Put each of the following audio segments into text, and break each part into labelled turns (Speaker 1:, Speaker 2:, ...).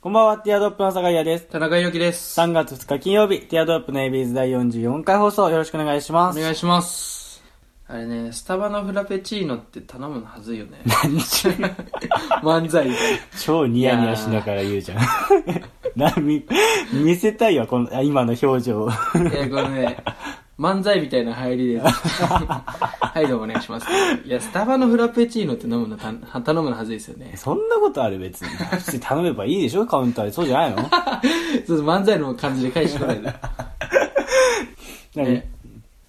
Speaker 1: こんばんは、ティアドロップの酒井優です。
Speaker 2: 田中裕樹です。
Speaker 1: 3月2日金曜日、ティアドロップのエビーズ第44回放送、よろしくお願いしま
Speaker 2: お
Speaker 1: す。
Speaker 2: 願いします。あれね、スタバのフラペチーノって頼むのはずいよね。 漫才で。
Speaker 1: 超ニヤニヤしながら言うじゃん。 な見、見せたいわ、この、あ今の表情 を。
Speaker 2: いや、これね、漫才みたいな入 りです。はい、どうもお願いします。いや、スタバのフラペチーノって飲むのた頼むのはずいですよね。
Speaker 1: そんなことある別に。普通に頼めばいいでしょカウンターで。そうじゃないの
Speaker 2: そうそう漫才の感じで返してこないで。
Speaker 1: 何
Speaker 2: ね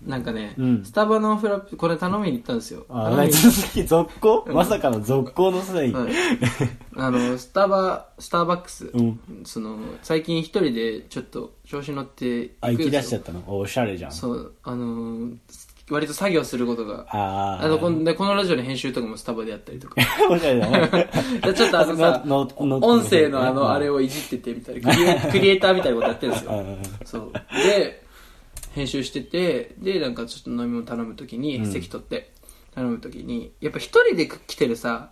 Speaker 2: なんかね、
Speaker 1: うん
Speaker 2: スタバのフラペ、これ頼みに行ったんですよ。
Speaker 1: あ、
Speaker 2: 頼み
Speaker 1: 何
Speaker 2: に
Speaker 1: 続き続行まさかの続行のせい。
Speaker 2: はいあのスタバスターバックス、
Speaker 1: うん
Speaker 2: その最近一人でちょっと調子乗って
Speaker 1: あ、行
Speaker 2: んで
Speaker 1: き
Speaker 2: すよ
Speaker 1: 出しちゃったのおしゃれじゃん。
Speaker 2: そうあのー割と作業することが
Speaker 1: あー
Speaker 2: あのこんでこのラジオの編集とかもスタバでやったりとか
Speaker 1: おしゃれだ ね。
Speaker 2: ちょっとあのさ
Speaker 1: ののの
Speaker 2: 音声のあ
Speaker 1: うん
Speaker 2: のあれをいじっててみたいな クリエクリエイターみたいなことやってるんです
Speaker 1: うんう
Speaker 2: よ
Speaker 1: んうん
Speaker 2: そうで編集しててでなんかちょっと飲み物頼むときに、席取って頼むときにやっぱ一人で来てるさ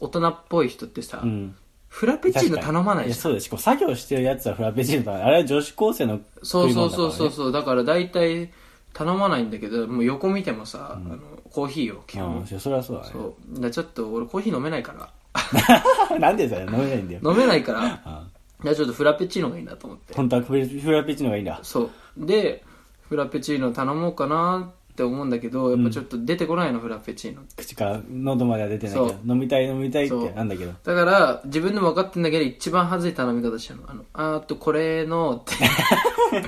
Speaker 2: 大人っぽい人ってさ、
Speaker 1: うん。
Speaker 2: フラペチーノ頼まない
Speaker 1: や
Speaker 2: じゃん
Speaker 1: そうです。こう作業してるやつはフラペチーノだ。あれは女子高生の
Speaker 2: そ
Speaker 1: 食
Speaker 2: うそう
Speaker 1: い
Speaker 2: そ
Speaker 1: 物
Speaker 2: う
Speaker 1: だ
Speaker 2: そうそうだから大体頼まないんだけどもう横見てもさ、あのコーヒーよ基
Speaker 1: からね。
Speaker 2: 本、
Speaker 1: うん、それはそうだね。
Speaker 2: そうだからちょっと俺コーヒー飲めないか ら
Speaker 1: なんでだよ、飲めないんだよ。
Speaker 2: 飲めないからだ か
Speaker 1: あ
Speaker 2: らちょっとフラペチーノがいいなと思って
Speaker 1: 本当はフラフラペチーノがいいんだ。
Speaker 2: そうでフラペチーノ頼もうかなって思うんだけどやっぱちょっと出てこないの、フラペチーノって
Speaker 1: 口から喉までは出てないけ
Speaker 2: そ
Speaker 1: ど、飲みたい飲みたいっ
Speaker 2: そ
Speaker 1: て
Speaker 2: う
Speaker 1: なんだけど。
Speaker 2: だから自分でも分かってんだけど一番恥ずい頼み方したのあのあーっとこれのっ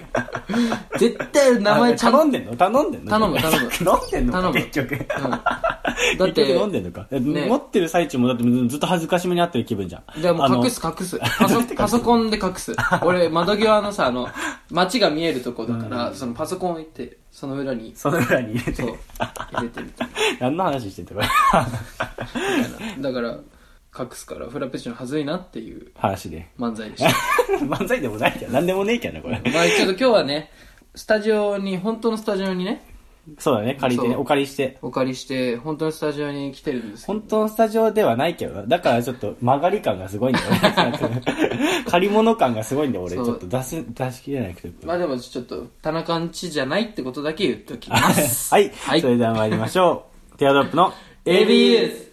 Speaker 2: て絶対名前ちゃん
Speaker 1: あ頼んでんの頼んでんの
Speaker 2: 頼む頼む
Speaker 1: 飲んでんのか
Speaker 2: 頼む
Speaker 1: 結局。
Speaker 2: うんだ
Speaker 1: だ
Speaker 2: っ
Speaker 1: ってて。飲んでんのか。え
Speaker 2: ね
Speaker 1: 持ってる最中もだってずっと恥ずかしめにあってる気分じゃん。
Speaker 2: じゃあもう隠
Speaker 1: あ
Speaker 2: す隠す。パソパソコンで隠す。俺、窓際のさ、あの、街が見えるとこだから、そのパソコン置いて、その裏に
Speaker 1: の、、その裏に入れ
Speaker 2: そう
Speaker 1: て。、
Speaker 2: 入れてみたい
Speaker 1: 何の話してんだこれ。
Speaker 2: な。だから、隠すから、フラペチーノはずいなっていう
Speaker 1: 話で。
Speaker 2: 漫才でした。
Speaker 1: 漫才でもないじゃん。なんでもねえけどな、これ。
Speaker 2: まあちょっと今日はね、スタジオに、本当のスタジオにね、
Speaker 1: そうだね、借りてね、
Speaker 2: そう
Speaker 1: お借りして。
Speaker 2: お借りして、本当のスタジオに来てるんですけど
Speaker 1: 本当のスタジオではないけどな、だからちょっと曲がり感がすごいんだ よねなんか。借り物感がすごいんだよ、俺。ち
Speaker 2: そう
Speaker 1: ょっと出す、出し切れなくて。
Speaker 2: まあでもちょっと、田中んちじゃないってことだけ言っときま す。
Speaker 1: はい、
Speaker 2: はい
Speaker 1: そ。れでは参りましょう。ティアドロップの
Speaker 2: ABS!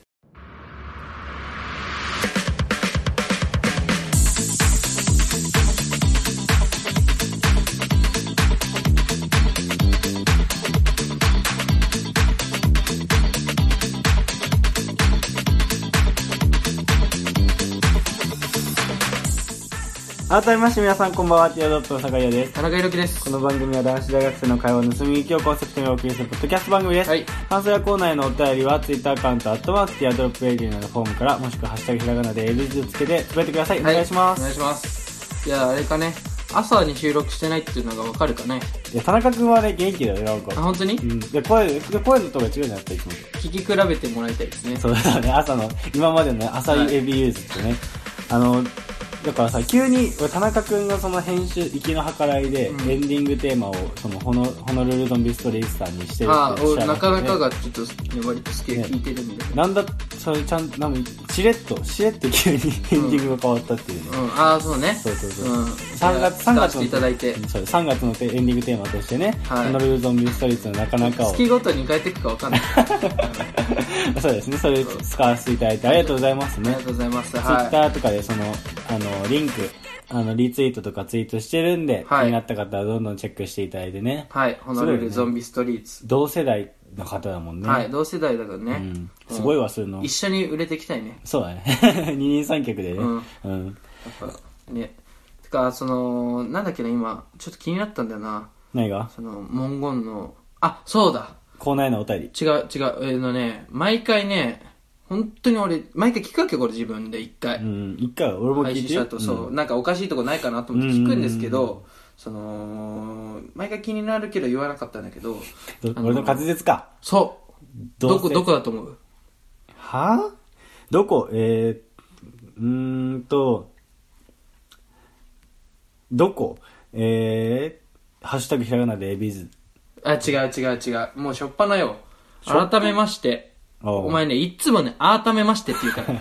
Speaker 1: 改めまして皆さんこんばんは、ティアドロップの酒井優です。
Speaker 2: 田中裕樹です
Speaker 1: こ。の番組は男子大学生の会話を盗み聞きをコンセプトにお送りするポッドキャスト番組です。
Speaker 2: はい
Speaker 1: 感想やコーナーへのお便りは Twitter アカウント、アットマーク、ティアドロップレディオのフォームから、もしくはハッシュタグひらがなで ABS つけてつぶやいてください。お願いします。
Speaker 2: お願いしますいやあれかね朝に収録してないっていうのがわかるかね
Speaker 1: いや、田中君はね、元気だよ、なんか
Speaker 2: あ。本当に、
Speaker 1: うん。で、声、で声のとこが違うじゃん、やっぱりいつもと。
Speaker 2: 聞き比べてもらいたいですね
Speaker 1: そうだね、朝の、今までのね朝
Speaker 2: はい
Speaker 1: エビユーズってね、あの、だからさ、急に、俺田中くんがその編集、行きの計らいで、エン
Speaker 2: うん
Speaker 1: ディングテーマを、その、ホノ、ホノルルドンビストリースターにしてる
Speaker 2: あ
Speaker 1: っ
Speaker 2: あ
Speaker 1: て
Speaker 2: お
Speaker 1: 知ら
Speaker 2: な
Speaker 1: くて
Speaker 2: かなか。がちょっと、ね、割と好きで聞いてるんで、
Speaker 1: なんだ、それちゃん、なんか、しれっと、しれっと急にエンディングが変わったっていうね。
Speaker 2: うんああそうね
Speaker 1: そうそうそう。
Speaker 2: ん、
Speaker 1: 3月、三月
Speaker 2: 使わせ
Speaker 1: の。
Speaker 2: ていただいて
Speaker 1: そう、3月のテエンディングテーマとしてね、
Speaker 2: はい
Speaker 1: ホノルルドンビストリースのなかなかを。
Speaker 2: 月ごとに変えていくかわかんない
Speaker 1: そうですね、それ使わせていただいて、ありがとうございます
Speaker 2: あり
Speaker 1: ね
Speaker 2: が。とうございます
Speaker 1: ツイッ
Speaker 2: は
Speaker 1: ターとかでその、あの、リンク、あの、リツイートとかツイートしてるんで、
Speaker 2: は
Speaker 1: 気
Speaker 2: い
Speaker 1: になった方はどんどんチェックしていただいてね
Speaker 2: い、。はい、ホノルルゾンビストリーツ、
Speaker 1: 同世代の方だもんね。
Speaker 2: はい同世代だからね、
Speaker 1: うん。すごいわ、そういうの
Speaker 2: 一。緒に売れていきたいね
Speaker 1: そうだね。 二人三脚でね。
Speaker 2: うん
Speaker 1: うん。
Speaker 2: やっぱねてかそのなんだっけな今ちょっと気になったんだよな
Speaker 1: 何が
Speaker 2: その文言のあそうだ
Speaker 1: 校内のお便り。
Speaker 2: 違う違うえーのね毎回ね本当に俺毎回聞くわけよこれ自分で一
Speaker 1: う
Speaker 2: 回
Speaker 1: ん。一回、俺も
Speaker 2: 配
Speaker 1: 聞い
Speaker 2: 信
Speaker 1: て
Speaker 2: し
Speaker 1: る
Speaker 2: た
Speaker 1: よ。
Speaker 2: 後、そううんなんかおかしいとこないかなと思って聞くんですけどその毎回気になるけど言わなかったんだけ ど
Speaker 1: ど
Speaker 2: あの
Speaker 1: 俺の滑舌か。
Speaker 2: そうど
Speaker 1: 同
Speaker 2: こ
Speaker 1: 世
Speaker 2: どこだと思う
Speaker 1: はぁどこえー、うーんと、どこえー、ハッシュタグひらがなでエビーズ。
Speaker 2: あ違う違う違うもうしょっぱなよ改めまして
Speaker 1: お
Speaker 2: お前ねいっつもね改めましてって言うから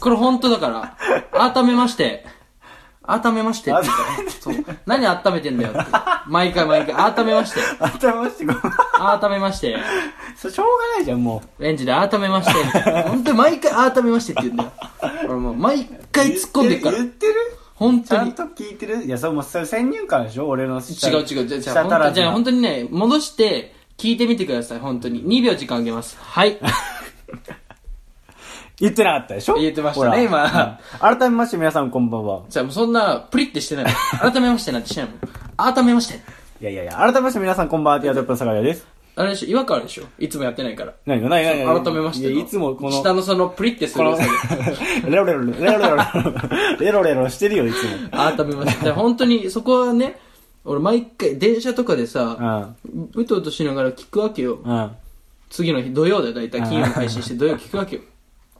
Speaker 2: これ本当だから改めまして改めましてって言ったそう。何温めてんだよって。毎回毎回、改めまして。
Speaker 1: 頭してごめん。
Speaker 2: 改めまして。
Speaker 1: それしょうがないじゃん、も
Speaker 2: レンジで改めまして。本当に毎回改めましてって言うんだよ。俺もう毎
Speaker 1: う。
Speaker 2: 回突っ込んでるから
Speaker 1: 言。ってる
Speaker 2: 本
Speaker 1: ち
Speaker 2: 当
Speaker 1: ゃ
Speaker 2: に
Speaker 1: ん。と聞いてるいや、それもうそれ先入観でしょ俺の
Speaker 2: 違う違う。じゃあじゃあ、
Speaker 1: 下足
Speaker 2: 本
Speaker 1: ら
Speaker 2: 当
Speaker 1: ず
Speaker 2: じゃあ本当にね、戻して、聞いてみてください、本当に。2秒時間あげます。はい。
Speaker 1: 言ってなかったでしょ
Speaker 2: 言ってましたね
Speaker 1: ほら
Speaker 2: 今
Speaker 1: うん改めまして皆さんこんばんは。
Speaker 2: じゃあもうそんな、プリってしてないもん。改めましてなんてしてないもん。改めまして。
Speaker 1: いやいやいや、改めまして皆さんこんばんは。ティアドロップの坂井です。
Speaker 2: あれでしょ、違和感あるでしょいつもやってないから。
Speaker 1: 何が何が何が
Speaker 2: 改めまして
Speaker 1: い
Speaker 2: の。
Speaker 1: やいつもこの、
Speaker 2: 下のその、プリってす
Speaker 1: こ
Speaker 2: る
Speaker 1: の
Speaker 2: うさぎ。、
Speaker 1: レロレロ、レロレロ、レロレロしてるよ、いつも。
Speaker 2: 改めまして。だから本当に、そこはね、俺毎回、電車とかでさ、うとうとしながら聞くわけよ。
Speaker 1: うん。うん。
Speaker 2: 次の日、土曜だよ、大体。
Speaker 1: うん
Speaker 2: 金曜配信して土曜聞くわ けよ。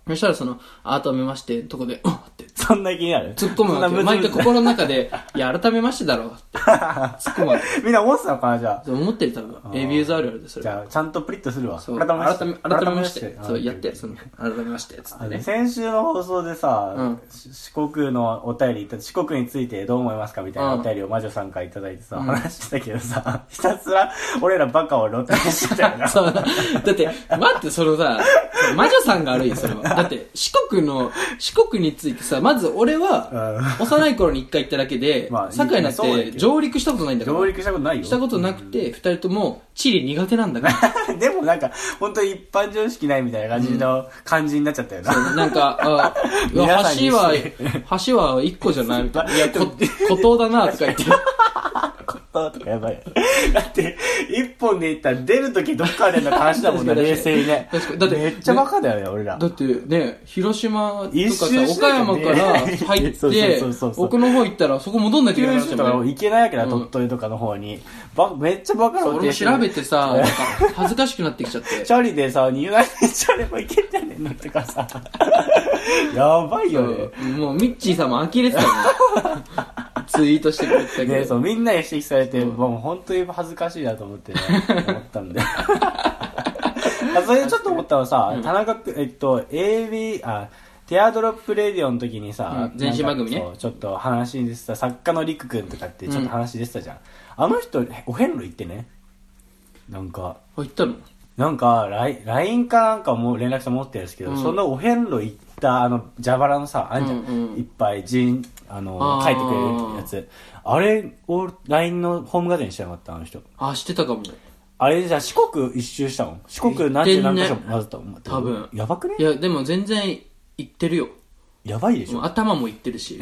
Speaker 2: そしたらその、改めまして、とこで、うんって。
Speaker 1: そんな気になる
Speaker 2: 突っ込むわけよ。毎回心の中で、いや、改めましてだろうって。突っ込むわけ。
Speaker 1: みんな思ってたのかな、じゃあ。
Speaker 2: そう思ってる多分。エビューズあるあるで、それ
Speaker 1: じ。ゃあ、ちゃんとプリッとするわ。
Speaker 2: そう
Speaker 1: 改めまして
Speaker 2: 改め改めまして。そう、やっ。
Speaker 1: あ
Speaker 2: て、その、改めまして、つっ
Speaker 1: あ
Speaker 2: て
Speaker 1: の
Speaker 2: ね。
Speaker 1: 先週の放送でさ、
Speaker 2: うん
Speaker 1: し四国のお便りいた、四国についてどう思いますかみたいなお便りを魔女さんからいただいてさ、
Speaker 2: うん
Speaker 1: 話してたけどさ、ひたすら俺らバカを露呈してたよな。
Speaker 2: そう、だって、待って、そのさ、魔女さんが悪いよ、それは。だって、四国の、四国についてさ、まず俺は、幼い頃に一回行っただけで
Speaker 1: まあ、
Speaker 2: 堺なん
Speaker 1: そうだ
Speaker 2: て
Speaker 1: けど
Speaker 2: 上陸したことないんだから。
Speaker 1: 上陸したことないよ。
Speaker 2: したことなくて、二人とも、地理苦手なんだから。
Speaker 1: でもなんか、本当に一般常識ないみたいな感じの感じになっちゃったよな。
Speaker 2: なんか、あう
Speaker 1: 皆
Speaker 2: わ
Speaker 1: さんに
Speaker 2: 橋は
Speaker 1: して、
Speaker 2: 橋は一個じゃ ないみたいな。いや、こ孤島だな、とか言って。
Speaker 1: こととかやばいよ。だって、一本で言ったら出るときどっから出るのか話だもんな、
Speaker 2: 確かに
Speaker 1: 冷静にね。
Speaker 2: 確かにだって
Speaker 1: めっちゃバカだよね、俺ら
Speaker 2: だ。ってね、広島とか
Speaker 1: 一
Speaker 2: さ、
Speaker 1: 周して
Speaker 2: 岡
Speaker 1: たよね
Speaker 2: 山から 入
Speaker 1: そう
Speaker 2: って
Speaker 1: そうそう、そう
Speaker 2: 奥の方行ったらそこ戻んないといけない
Speaker 1: 九
Speaker 2: 話
Speaker 1: 州
Speaker 2: だ
Speaker 1: とか
Speaker 2: もん
Speaker 1: も
Speaker 2: ね。
Speaker 1: 行けないわけだ、
Speaker 2: うん
Speaker 1: 鳥取とかの方に。ばめっちゃバカだ
Speaker 2: 俺も調べてさ、なんか恥ずかしくなってきち ゃって。
Speaker 1: チャリでさ、入学にチャリも行けんじゃねえのとか さ。やばいよね。
Speaker 2: うんもうミッチーさんも呆れてたも ん。ツイートしてくれてたけ
Speaker 1: ね、
Speaker 2: ど。
Speaker 1: そう、みんなに指摘されて、もう本当に恥ずかしいなと思って、ね、思ったんで。 あそれでちょっと思ったのはさ、田中く、えっと、AB、あ、テアドロップレディオの時にさ、
Speaker 2: うん前身番組ね
Speaker 1: なんかそうちょっと話でした、作家のりくくんとかってちょっと話でしたじゃん。あの人、お遍路行ってね。なんか、
Speaker 2: あ、行ったの
Speaker 1: なんか、ライ LINE かなんかも連絡して持ってるんですけど、
Speaker 2: うん
Speaker 1: そのお遍路行った、あの、蛇腹のさ、あんじゃん。
Speaker 2: うんうん
Speaker 1: いっぱい人、あの
Speaker 2: あ、ー
Speaker 1: 書いてくれるやつ。あれを LINE のホーム画面にしてなかった、あの人。
Speaker 2: あ、知ってたかも。
Speaker 1: あれじゃあ四国一周したもん。四国何十何箇所も混ぜたもん。
Speaker 2: 多分
Speaker 1: やばくね
Speaker 2: いや、でも全然行ってるよ。
Speaker 1: やばいでし
Speaker 2: もう
Speaker 1: ょ。
Speaker 2: 頭も行って るし。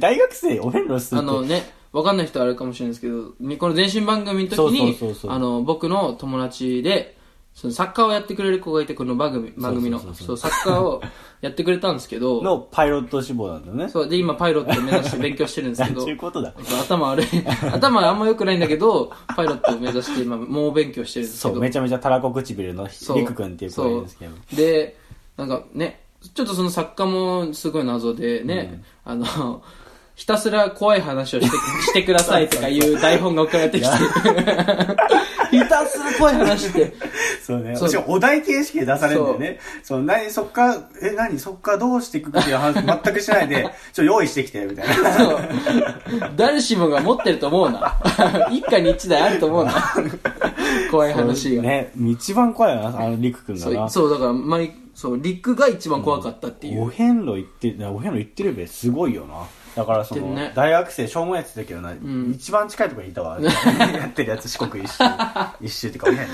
Speaker 1: 大学生お遍路する
Speaker 2: あ
Speaker 1: って。
Speaker 2: のね、わかんない人あるかもしれないですけど、みこの前身番組の時に
Speaker 1: そうそうそうそう、
Speaker 2: あの、僕の友達で、そのサッカーをやってくれる子がいて、この番組、番組の、
Speaker 1: そうそう
Speaker 2: そう、サッカーをやってくれたんですけ ど、
Speaker 1: のパイロット志望なんだよね。
Speaker 2: そう、で、今パイロットを目指して勉強してるんです
Speaker 1: な
Speaker 2: け
Speaker 1: ん
Speaker 2: ど
Speaker 1: ちゅ、うことだ。
Speaker 2: そう 頭悪い、頭あんま良くないんだけど、パイロットを目指して今、猛勉強してるんです
Speaker 1: そ
Speaker 2: け
Speaker 1: う、
Speaker 2: ど、
Speaker 1: めちゃめちゃたらこ唇の
Speaker 2: そう
Speaker 1: りくくんっていう子がいるんですけど。
Speaker 2: そうでなんかねちょっとその作家もすごい謎でね、あの ひたすら怖い話をして してくださいとかいう台本が送られてきて ひたすら怖い話って
Speaker 1: そうね。
Speaker 2: そう
Speaker 1: しかもお題形式で出されるんだよね。そう、なに、そっから、え、なに、そっからどうしていくかっていう話全くしない で、ちょ、用意してきて、みたいな。
Speaker 2: そう誰しもが持ってると思うな 一家に一台あると思う な怖い話が
Speaker 1: ね、一番怖いよな、あの、りくくんが
Speaker 2: そう
Speaker 1: な。
Speaker 2: そうだから毎そうリックが一番怖かったっていう、
Speaker 1: お遍路行って、お遍路行ってるべ、すごいよな。だからそ
Speaker 2: 行っ
Speaker 1: の、
Speaker 2: てるね
Speaker 1: 大学生、しょうもないやつだけどな、一番近いところにいた わ。やってるやつ、四国一周。一周っていうか、お遍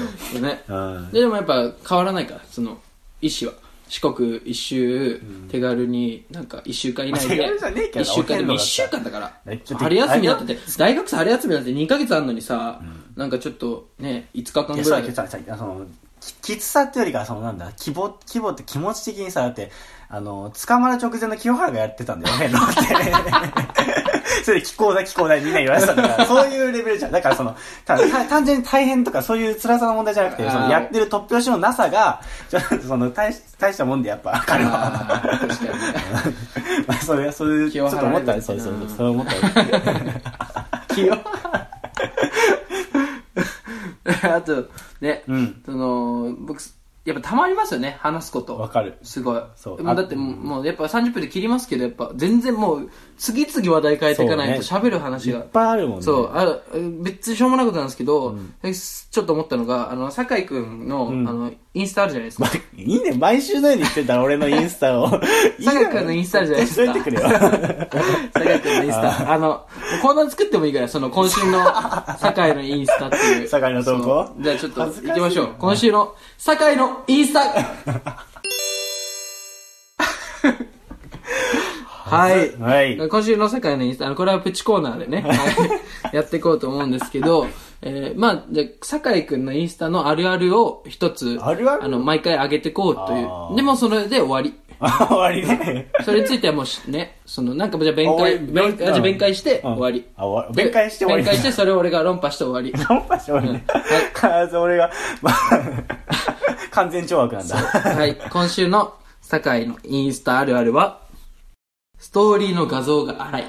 Speaker 2: ね
Speaker 1: 路。うん。
Speaker 2: ででもやっぱ変わらないからその意思は四国一周、手軽になんか一週間以内で
Speaker 1: 手軽じゃねえけど
Speaker 2: 一週間でも
Speaker 1: お遍路だったら
Speaker 2: 一週間だから
Speaker 1: めっちゃ
Speaker 2: 春休みだってて大学生春休みだって2ヶ月あんのにさ、なんかちょっとね5日間
Speaker 1: いや
Speaker 2: ぐ
Speaker 1: そうだ
Speaker 2: ら
Speaker 1: け
Speaker 2: い
Speaker 1: どささそのききつさっていうよりかはそのなんだ規模規模って気持ち的にさだってあの捕まる直前の清原がやってたん だよねそれで気候だ気候だみんな言われてたんだ からそういうレベルじゃんだからそのたた単純に大変とかそういう辛さの問題じゃなくてそ
Speaker 2: あ
Speaker 1: の
Speaker 2: ー
Speaker 1: やってる突拍子のなさがちょっとその大し大したもんでやっぱ彼は
Speaker 2: あー確かにね
Speaker 1: まあそれはそういうちょ
Speaker 2: 清
Speaker 1: っと思
Speaker 2: 原
Speaker 1: った
Speaker 2: レベル
Speaker 1: そ
Speaker 2: だな
Speaker 1: うそうそうそれ思った
Speaker 2: あとね、
Speaker 1: うん
Speaker 2: その僕やっぱたまりますよね話すこと
Speaker 1: わかる
Speaker 2: すごい
Speaker 1: そう
Speaker 2: でも
Speaker 1: あ
Speaker 2: だってもうもうやっぱ30分で切りますけどやっぱ全然もう次々話題変えていかないと
Speaker 1: そう
Speaker 2: 喋る話
Speaker 1: いっ
Speaker 2: が。
Speaker 1: ぱいあるもんね。
Speaker 2: そう、あ別にしょうもないことなんですけど、ちょっと思ったのが、あの、酒井くんの、
Speaker 1: ん
Speaker 2: あの、インスタあるじゃないですか
Speaker 1: ま。いいね、毎週のように言ってたら俺のインスタ を。
Speaker 2: 酒井くんのインスタじゃないです
Speaker 1: 言
Speaker 2: か
Speaker 1: っといてくれよ。
Speaker 2: 酒井くんのインスタ。あの、コーナー作ってもいいからい、その今 週の酒井のインスタっていう。
Speaker 1: 酒井の投稿
Speaker 2: そうじゃあちょっと
Speaker 1: 恥ずかしい
Speaker 2: 行きましょう。今週の酒井のインスタ はい。
Speaker 1: はい。
Speaker 2: 今週の酒井のインスタ、あのこれはプチコーナーで ね、はいやっていこうと思うんですけど、えー、まあ、じゃあ酒井くんのインスタのあるあるを一つ、
Speaker 1: あるある
Speaker 2: の、毎回上げていこうと
Speaker 1: あ
Speaker 2: いう。
Speaker 1: ー
Speaker 2: でもそれで終わり。
Speaker 1: あ終わりね。
Speaker 2: それについてはもうし ね、その、なんかじゃあ弁
Speaker 1: あ終
Speaker 2: 解、
Speaker 1: わり
Speaker 2: 弁解、あじゃあ弁解して
Speaker 1: うん
Speaker 2: 終わり。
Speaker 1: あ、終わり。弁解して終わり。
Speaker 2: 弁解して、それを俺が論破して終わり。
Speaker 1: 論破して終わりね。必ず俺が、まあ、完全懲悪なんだ。
Speaker 2: はい、今週の酒井のインスタあるあるは、ストーリーの画像が荒い。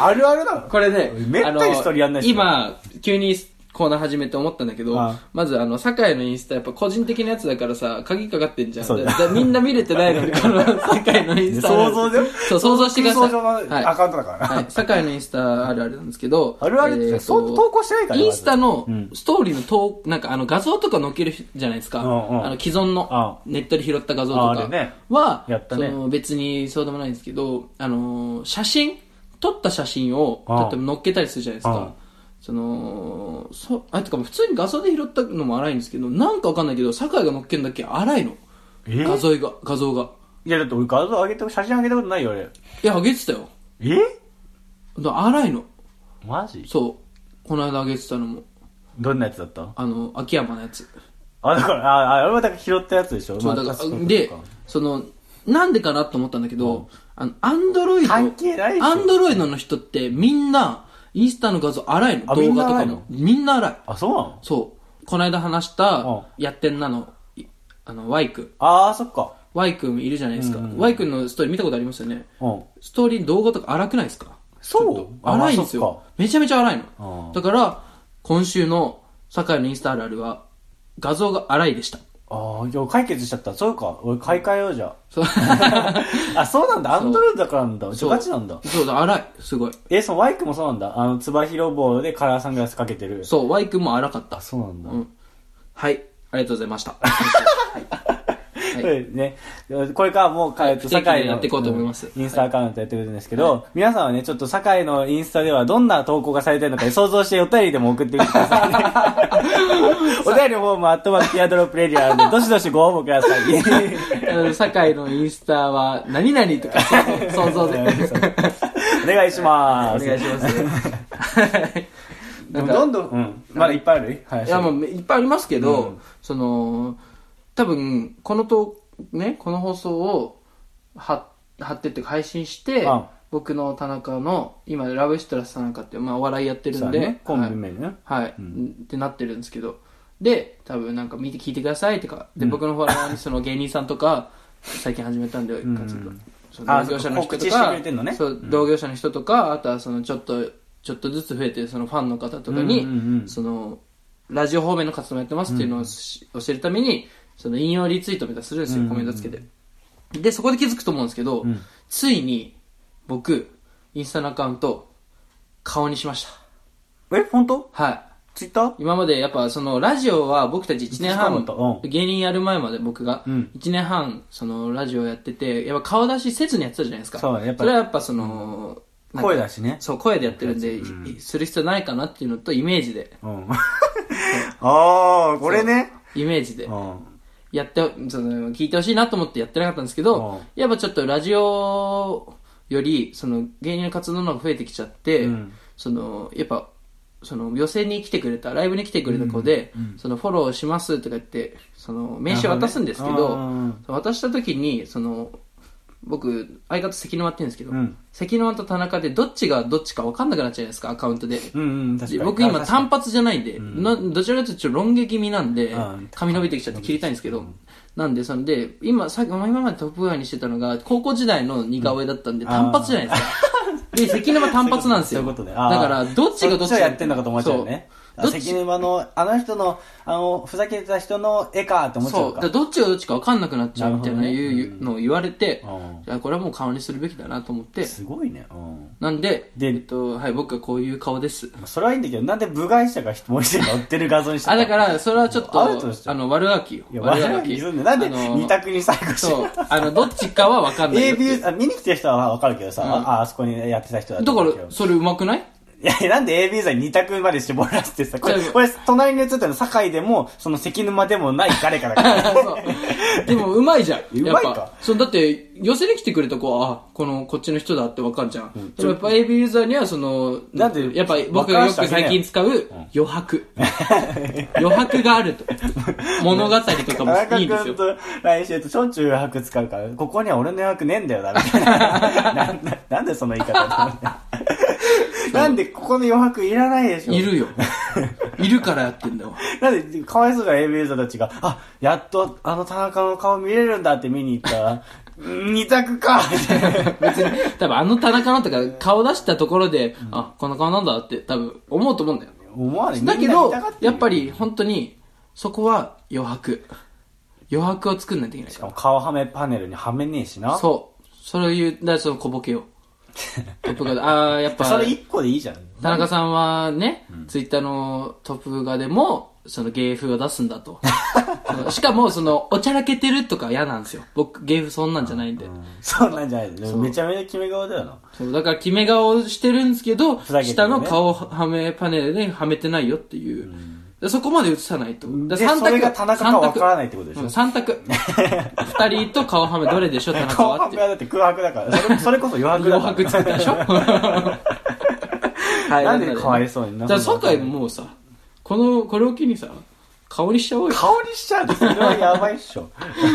Speaker 1: あるあるなの
Speaker 2: これね、
Speaker 1: めったにストーリーやんないっすよ
Speaker 2: 今、急にコーナー始めて思ったんだけど、
Speaker 1: ああ
Speaker 2: まずあの、酒井のインスタやっぱ個人的なやつだからさ、鍵かかってんじゃん。
Speaker 1: そうだ
Speaker 2: だからみんな見れてないのに、この酒井のインスタ。
Speaker 1: 想像で
Speaker 2: そう、想像してください。
Speaker 1: 想像のアカウントだからな
Speaker 2: はい。酒井のインスタあるあるなんですけど、
Speaker 1: あるあるって
Speaker 2: えーと
Speaker 1: そんな投稿してないから
Speaker 2: インスタの
Speaker 1: うん
Speaker 2: ストーリーの投、なんかあの画像とか載っけるじゃないですか。
Speaker 1: うんうん
Speaker 2: あの既存の
Speaker 1: あ
Speaker 2: ネットで拾った画像と
Speaker 1: ああれね
Speaker 2: かは、
Speaker 1: やったね
Speaker 2: その別にそうでもないんですけど、あのー写真、撮った写真を、
Speaker 1: ああ
Speaker 2: 例えば載っけたりするじゃないです
Speaker 1: あ
Speaker 2: か
Speaker 1: あ。
Speaker 2: その、そ、あ、てかもう普通に画像で拾ったのも荒いんですけど、なんかわかんないけど、酒井が載っけんだけ荒いの。
Speaker 1: え
Speaker 2: 画像が、画像が。
Speaker 1: いや、だって俺画像上げて、写真上げたことないよ、俺。
Speaker 2: いや、あげてたよ。
Speaker 1: え
Speaker 2: だ荒いの。
Speaker 1: マジ
Speaker 2: そう。この間あげてたのも、
Speaker 1: どんなやつだった
Speaker 2: あの、秋山のやつ。
Speaker 1: あ、だから、あ、ああれはだから拾ったやつでしょ
Speaker 2: そ
Speaker 1: ま
Speaker 2: うだ
Speaker 1: あ
Speaker 2: か
Speaker 1: 確
Speaker 2: ら
Speaker 1: に
Speaker 2: で
Speaker 1: そうか
Speaker 2: そのなんでかなと思ったんだけど、あのアンドロイド
Speaker 1: 関係ないでしょ
Speaker 2: アンドロイドの人ってみんなインスタの画像荒いの
Speaker 1: あ
Speaker 2: 動画と
Speaker 1: みんな
Speaker 2: か
Speaker 1: 荒い
Speaker 2: も
Speaker 1: の
Speaker 2: みんな荒い
Speaker 1: あ、そうなの
Speaker 2: そうこの間話した
Speaker 1: うん
Speaker 2: やってんなのいあの Y 君
Speaker 1: あー、そっか。
Speaker 2: Y 君いるじゃないですか、Y 君のストーリー見たことありますよね
Speaker 1: うん。
Speaker 2: ストーリー動画とか荒くないですか
Speaker 1: そう
Speaker 2: ちょっと荒いんです
Speaker 1: あそ
Speaker 2: よめちゃめちゃ荒い
Speaker 1: うん
Speaker 2: のだから今週の酒井のインスタあるあるは画像が荒いでした
Speaker 1: ああ、じゃあ解決しちゃった。そうか。俺買い替えようじゃ
Speaker 2: そう
Speaker 1: あ。あ、そうなんだ。アンドロイドだからなんだ。ちょ、ガチなんだ。
Speaker 2: そうだ荒いすごい
Speaker 1: え、そのワイクもそうなんだ。あの、つば広棒でカラーサングラスかけてる。
Speaker 2: そう、Y 君も荒かった
Speaker 1: あ、。そうなんだ。
Speaker 2: うん。はい。ありがとうござい ました。
Speaker 1: そう
Speaker 2: い
Speaker 1: です ね。これからもう、
Speaker 2: はい
Speaker 1: えっと
Speaker 2: 不定期で
Speaker 1: 酒井の
Speaker 2: やっていこうと思います
Speaker 1: うんインスタアカウントやってくるんですけど、皆さんはね、ちょっと酒井のインスタではどんな投稿がされてるのか想像してお便りでも送ってみてくださいね。 お便りの方もアットマークティアドロップレディオあるんで、どしどしご応募ください。
Speaker 2: うん酒井のインスタは、何々とか、想像 で。
Speaker 1: お願いしま
Speaker 2: お
Speaker 1: す。
Speaker 2: 願いします。
Speaker 1: でもどんどん、うん、まだいっぱいあるはい
Speaker 2: いや、もう、いっぱいありますけど、その、多分、このと、ね、この放送を、は、貼ってっていうか配信して
Speaker 1: うん、
Speaker 2: 僕の田中の、今、ラブシトラス田中って、まあ、お笑いやってる
Speaker 1: そ
Speaker 2: ん
Speaker 1: う
Speaker 2: で、
Speaker 1: だねコンビ
Speaker 2: はい
Speaker 1: 名ね。
Speaker 2: はい、ってなってるんですけどで多分なんか見て聞いてくださいとかで、僕のほらその芸人さんとか最近始めたんで、活動その
Speaker 1: あ
Speaker 2: 同業者の人と
Speaker 1: 告知して
Speaker 2: か
Speaker 1: くれてんのね
Speaker 2: そう同業者の人とかあとはそのちょっとちょっとずつ増えてるそのファンの方とかに、
Speaker 1: うんうんうん
Speaker 2: そのラジオ方面の活動もやってますっていうのをし、教えるためにその引用リツイートみたいなのするんですよ、コメントつけてでそこで気づくと思うんですけど、ついに僕インスタのアカウント顔にしました
Speaker 1: え、本当
Speaker 2: はい
Speaker 1: ツイッター
Speaker 2: 今までやっぱそのラジオは僕たち1年半
Speaker 1: 一時間もとう
Speaker 2: 芸人やる前まで僕が
Speaker 1: うん
Speaker 2: 1年半そのラジオやっててやっぱ顔出しせずにやってたじゃないですか
Speaker 1: そうやっぱ
Speaker 2: れはやっぱその、なんか
Speaker 1: 声だしね。
Speaker 2: そう声でやってるんで、いする必要ないかなっていうのとイメージで
Speaker 1: うん。 ああ、これね。
Speaker 2: イメージで
Speaker 1: うん。
Speaker 2: やってその聞いてほしいなと思ってやってなかったんですけ
Speaker 1: う
Speaker 2: ど
Speaker 1: ん
Speaker 2: やっぱちょっとラジオよりその芸人の活動の方が増えてきちゃって、
Speaker 1: うん
Speaker 2: そのやっぱその寄席に来てくれたライブに来てくれた子で、そのフォローしますとか言ってその名刺を渡すんですけ
Speaker 1: なるほ
Speaker 2: ど
Speaker 1: どね
Speaker 2: 渡した時にその僕相方関沼って言うんですけど、
Speaker 1: うん
Speaker 2: 関沼と田中でどっちがどっちか分かんなくなっちゃうじゃないですかアカウントで。
Speaker 1: うんうん、確かに。
Speaker 2: 僕今
Speaker 1: あ
Speaker 2: 単発じゃないんで、などちらかというとちょっとロン毛気味なんで
Speaker 1: うん
Speaker 2: 髪伸びてきちゃって切りたいんですけどなんでそので今さ今までトップガイにしてたのが高校時代の似顔絵だったんで単発じゃないですかで関沼単発なんですよ
Speaker 1: そういうことね
Speaker 2: だ
Speaker 1: あー
Speaker 2: からどっちがどっち
Speaker 1: そっちをやってんのかと思っちゃうよね
Speaker 2: そ
Speaker 1: あ
Speaker 2: どっち
Speaker 1: 関根場の、あの人の、あの、ふざけてた人の絵かって思っちゃ
Speaker 2: そうう。だから
Speaker 1: か。
Speaker 2: どっちがどっちか分かんなくなっちゃうみたいな
Speaker 1: なるほどね
Speaker 2: いうのを言われて、
Speaker 1: うん
Speaker 2: じゃあこれはもう顔にするべきだなと思って、
Speaker 1: すごいね。うん。
Speaker 2: なんで、
Speaker 1: で
Speaker 2: えっと、はい、僕はこういう顔です。
Speaker 1: それはいいんだけど、なんで部外者がもう一人載ってる画像にした
Speaker 2: あ、だから、それはちょっと、
Speaker 1: アウトでしょ
Speaker 2: あの、悪ガキよ。
Speaker 1: いや、わざわざ
Speaker 2: 悪
Speaker 1: るんで、なんで
Speaker 2: あの
Speaker 1: 二択に最後し
Speaker 2: そう。あの、どっちかは分かんないよ
Speaker 1: A
Speaker 2: って
Speaker 1: ビ
Speaker 2: いう。
Speaker 1: ュー、あ見に来てる人はわかるけどさ、
Speaker 2: うん
Speaker 1: ああそこにやってた人だ
Speaker 2: だ
Speaker 1: と
Speaker 2: か
Speaker 1: 思うけど
Speaker 2: ら、それうま くない
Speaker 1: いやいや、なんで A、B さん二択まで絞らせてさ、これ、
Speaker 2: そう
Speaker 1: これ、隣に映ってるの、堺でも、その関沼でもない誰かだから。
Speaker 2: そうでも、うまいじゃん。
Speaker 1: うま
Speaker 2: やっ
Speaker 1: いか
Speaker 2: ぱ。そう、だって、寄せに来てくれた子は、あ、この、こっちの人だってわかるじゃん。でもやっぱ AB ユーザーには、その、
Speaker 1: なんで
Speaker 2: やっぱ僕がよく最近使う、余 白。余白があると。物語とか
Speaker 1: 田中
Speaker 2: もいいです
Speaker 1: 君
Speaker 2: よ。
Speaker 1: と来週としょっちゅう余白使うから、ここには俺の余白ねえんだよな、みたい な。なんだなんでその言い方 だと思ってなんでここの余白いらないでしょ。
Speaker 2: いるよ。いるからやってんだわ。
Speaker 1: なんで、かわいそうじゃん、a b ユーザーたちが、あ、やっとあの田中の顔見れるんだって見に行った ら、二択か みたいな。
Speaker 2: 別に、多分あの田中のとか、顔出したところで、あ、この顔なんだって、多分思うと思うんだよ。
Speaker 1: 思わない。
Speaker 2: だけ
Speaker 1: みん
Speaker 2: ど
Speaker 1: な見たがてるよ
Speaker 2: やっぱ。り本当にそこは余白余白を作んないといけない
Speaker 1: し
Speaker 2: か
Speaker 1: かも顔はめパネルにはめねえしな。
Speaker 2: らそうそれを言うだからその小 ボケをトップガードああやっぱ
Speaker 1: それ一個でいいじゃん。
Speaker 2: 田中さんはね、ツイッターのトップガでもその芸風を出すんだ とそのしかもそのおちゃらけてるとか嫌なんですよ僕芸風そんなんじゃないんで、
Speaker 1: そうなんじゃないのめちゃめちゃ決め顔だよな。
Speaker 2: そうだから決め顔してるんですけど、
Speaker 1: ざけてるね
Speaker 2: 下の顔はめパネルではめてないよっていう、でそこまで映さないと
Speaker 1: で、
Speaker 2: だから
Speaker 1: それが田中かわ
Speaker 2: 三択
Speaker 1: からないってことでし
Speaker 2: う
Speaker 1: ょ
Speaker 2: ん、。3択二人と顔はめどれでしょ田中
Speaker 1: 顔
Speaker 2: は
Speaker 1: は
Speaker 2: って
Speaker 1: めはだって空白だから。それそれこそ余白だ
Speaker 2: 余
Speaker 1: から。
Speaker 2: 白 作ったでしょはい
Speaker 1: なんで
Speaker 2: ね
Speaker 1: かわいそうにな
Speaker 2: じゃあ酒井ももうさこのこれを機にさ顔にしちゃおうよ
Speaker 1: 顔にしちゃうとそれはやばいっしょ。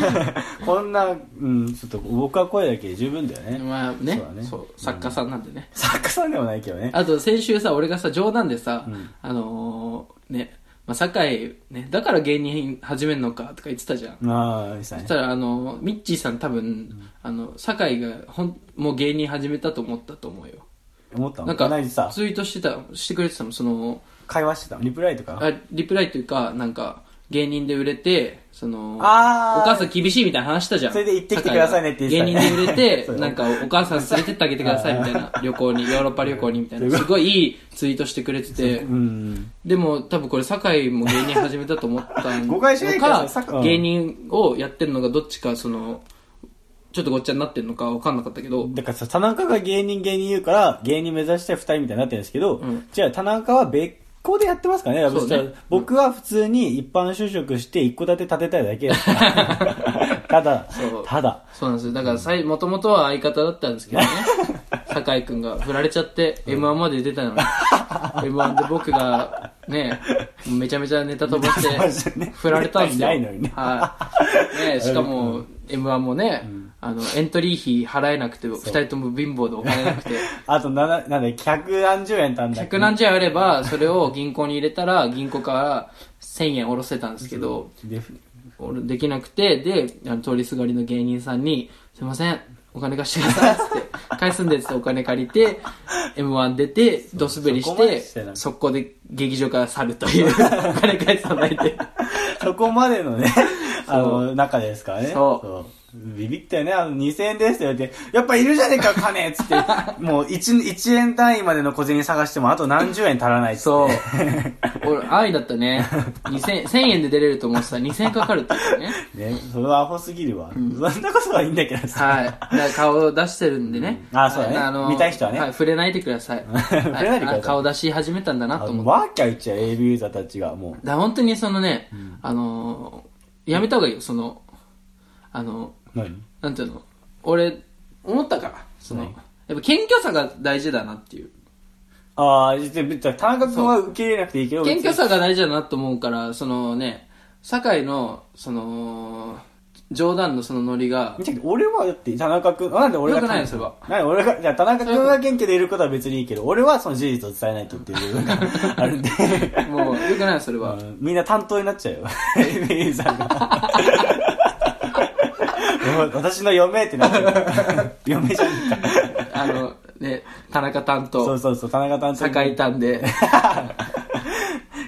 Speaker 1: こんな、うん、ちょっと僕は声だけで十分だよね。
Speaker 2: まあね
Speaker 1: そう
Speaker 2: そう
Speaker 1: だね
Speaker 2: 作家さんなんでね、
Speaker 1: 作家さんでもないけどね。
Speaker 2: あと先週さ俺がさ冗談でさ、あのー、ね、まあ、酒井ねだから芸人始めるのかとか言ってたじゃん
Speaker 1: まあ、いさ
Speaker 2: そ
Speaker 1: ね
Speaker 2: し。たらあのミッチーさん多分、あの酒井がほんもう芸人始めたと思ったと思うよ
Speaker 1: 思ったの
Speaker 2: なんか
Speaker 1: 何さ、
Speaker 2: ツイートしてたしてくれてたもんその
Speaker 1: 会話してたのリプライとか。
Speaker 2: あリプライというかなんか芸人で売れてその
Speaker 1: あー
Speaker 2: お母さん厳しいみたいな話したじゃん
Speaker 1: それで行ってきてくださいねって言ってたね
Speaker 2: 酒井が芸人で売れ て
Speaker 1: そう
Speaker 2: なんかお母さん連れてってあげてくださいみた いな旅行にヨーロッパ旅行にみたいなすごいいいツイートしてくれてて
Speaker 1: うん。
Speaker 2: でも多分これ酒井も芸人始めたと思ったの
Speaker 1: 誤解しないでください
Speaker 2: か
Speaker 1: 酒井うん
Speaker 2: 芸人をやってるのがどっちかそのちょっとごっちゃになってるのか分かんなかったけど
Speaker 1: だからさ、田中が芸人芸人言うから、芸人目指して二人みたいになってるんですけど、
Speaker 2: ん
Speaker 1: じゃあ田中は別個でやってますからね、ラブストーリー
Speaker 2: そうね
Speaker 1: 僕は普通に一般就職して一戸建て建てたいだけです から。ただ
Speaker 2: そう、
Speaker 1: ただ。
Speaker 2: そうなんですよ。だからさい、もともとは相方だったんですけどね。酒井くんが振られちゃって、M1 まで出たのに。M1 で僕が、ね、めちゃめちゃネタ飛ば
Speaker 1: ネタ飛ば
Speaker 2: し
Speaker 1: しててね、
Speaker 2: 振られたんですよ。
Speaker 1: めったにないのにね
Speaker 2: はい。ね、しかも、M1 もね、あの、エントリー費払えなくて、二人とも貧乏でお金なくて。
Speaker 1: あと、な、ななんだ、百何十円たんだっけ
Speaker 2: 百何十円あれば、それを銀行に入れたら、銀行から1000円下ろせたんですけど、
Speaker 1: で
Speaker 2: 俺できなくてであの通りすがりの芸人さんに「すいませんお金貸してください」っつって 「返すんです」ってお金借りて m 1出てドスベリ
Speaker 1: そ
Speaker 2: し
Speaker 1: こまで
Speaker 2: て
Speaker 1: してない
Speaker 2: 速攻で劇場から去る というお金返さないで
Speaker 1: そこまでのね、あの、中ですからね。う
Speaker 2: そう
Speaker 1: ビビったよね。あの、2000円ですって言われて、やっぱいるじゃねえか、金っつっ て、もう1、一円単位までの小銭探しても、あと何十円足らないっつって
Speaker 2: そう俺愛だったね2000 1000円で出れると思ってたら2000円かかるっていうね
Speaker 1: ね、それはアホすぎるわ。そんなことはいいんだけどさ。
Speaker 2: はい。だから顔を出してるんでね。
Speaker 1: うんあそうだね
Speaker 2: はい
Speaker 1: 見たい人はね
Speaker 2: い、触れないでくだ さい。
Speaker 1: 触れないでください
Speaker 2: はあ顔出し始めたんだなと思って。
Speaker 1: ワーキャー言っちゃう、AV ユーザーたちが、も
Speaker 2: だから本当にそのね、あのーやめた方がいいよそのあの
Speaker 1: う。何
Speaker 2: なんていうの俺思ったからその、
Speaker 1: はい
Speaker 2: やっぱ謙虚さが大事だなっていう
Speaker 1: ああ、でで田中君は受け入れなくていいけど、
Speaker 2: 謙虚さが大事だなと思うからそのね酒井のその冗談のそのノリが
Speaker 1: 別に俺はだって田中君、なんで俺が
Speaker 2: よくないよそれは
Speaker 1: なんで俺が、じゃあ田中君が謙虚でいることは別にいいけど、俺はその事実を伝えないとっていう部 分があるんで、
Speaker 2: もうよくないよそ れは、
Speaker 1: うんみんな担当になっちゃう よ。AV ユーザーが。 もう私の嫁ってなっちゃうから。嫁じゃねえか。
Speaker 2: あのね田中担
Speaker 1: そう
Speaker 2: 当
Speaker 1: そうそう、田中担当に。
Speaker 2: 酒井担で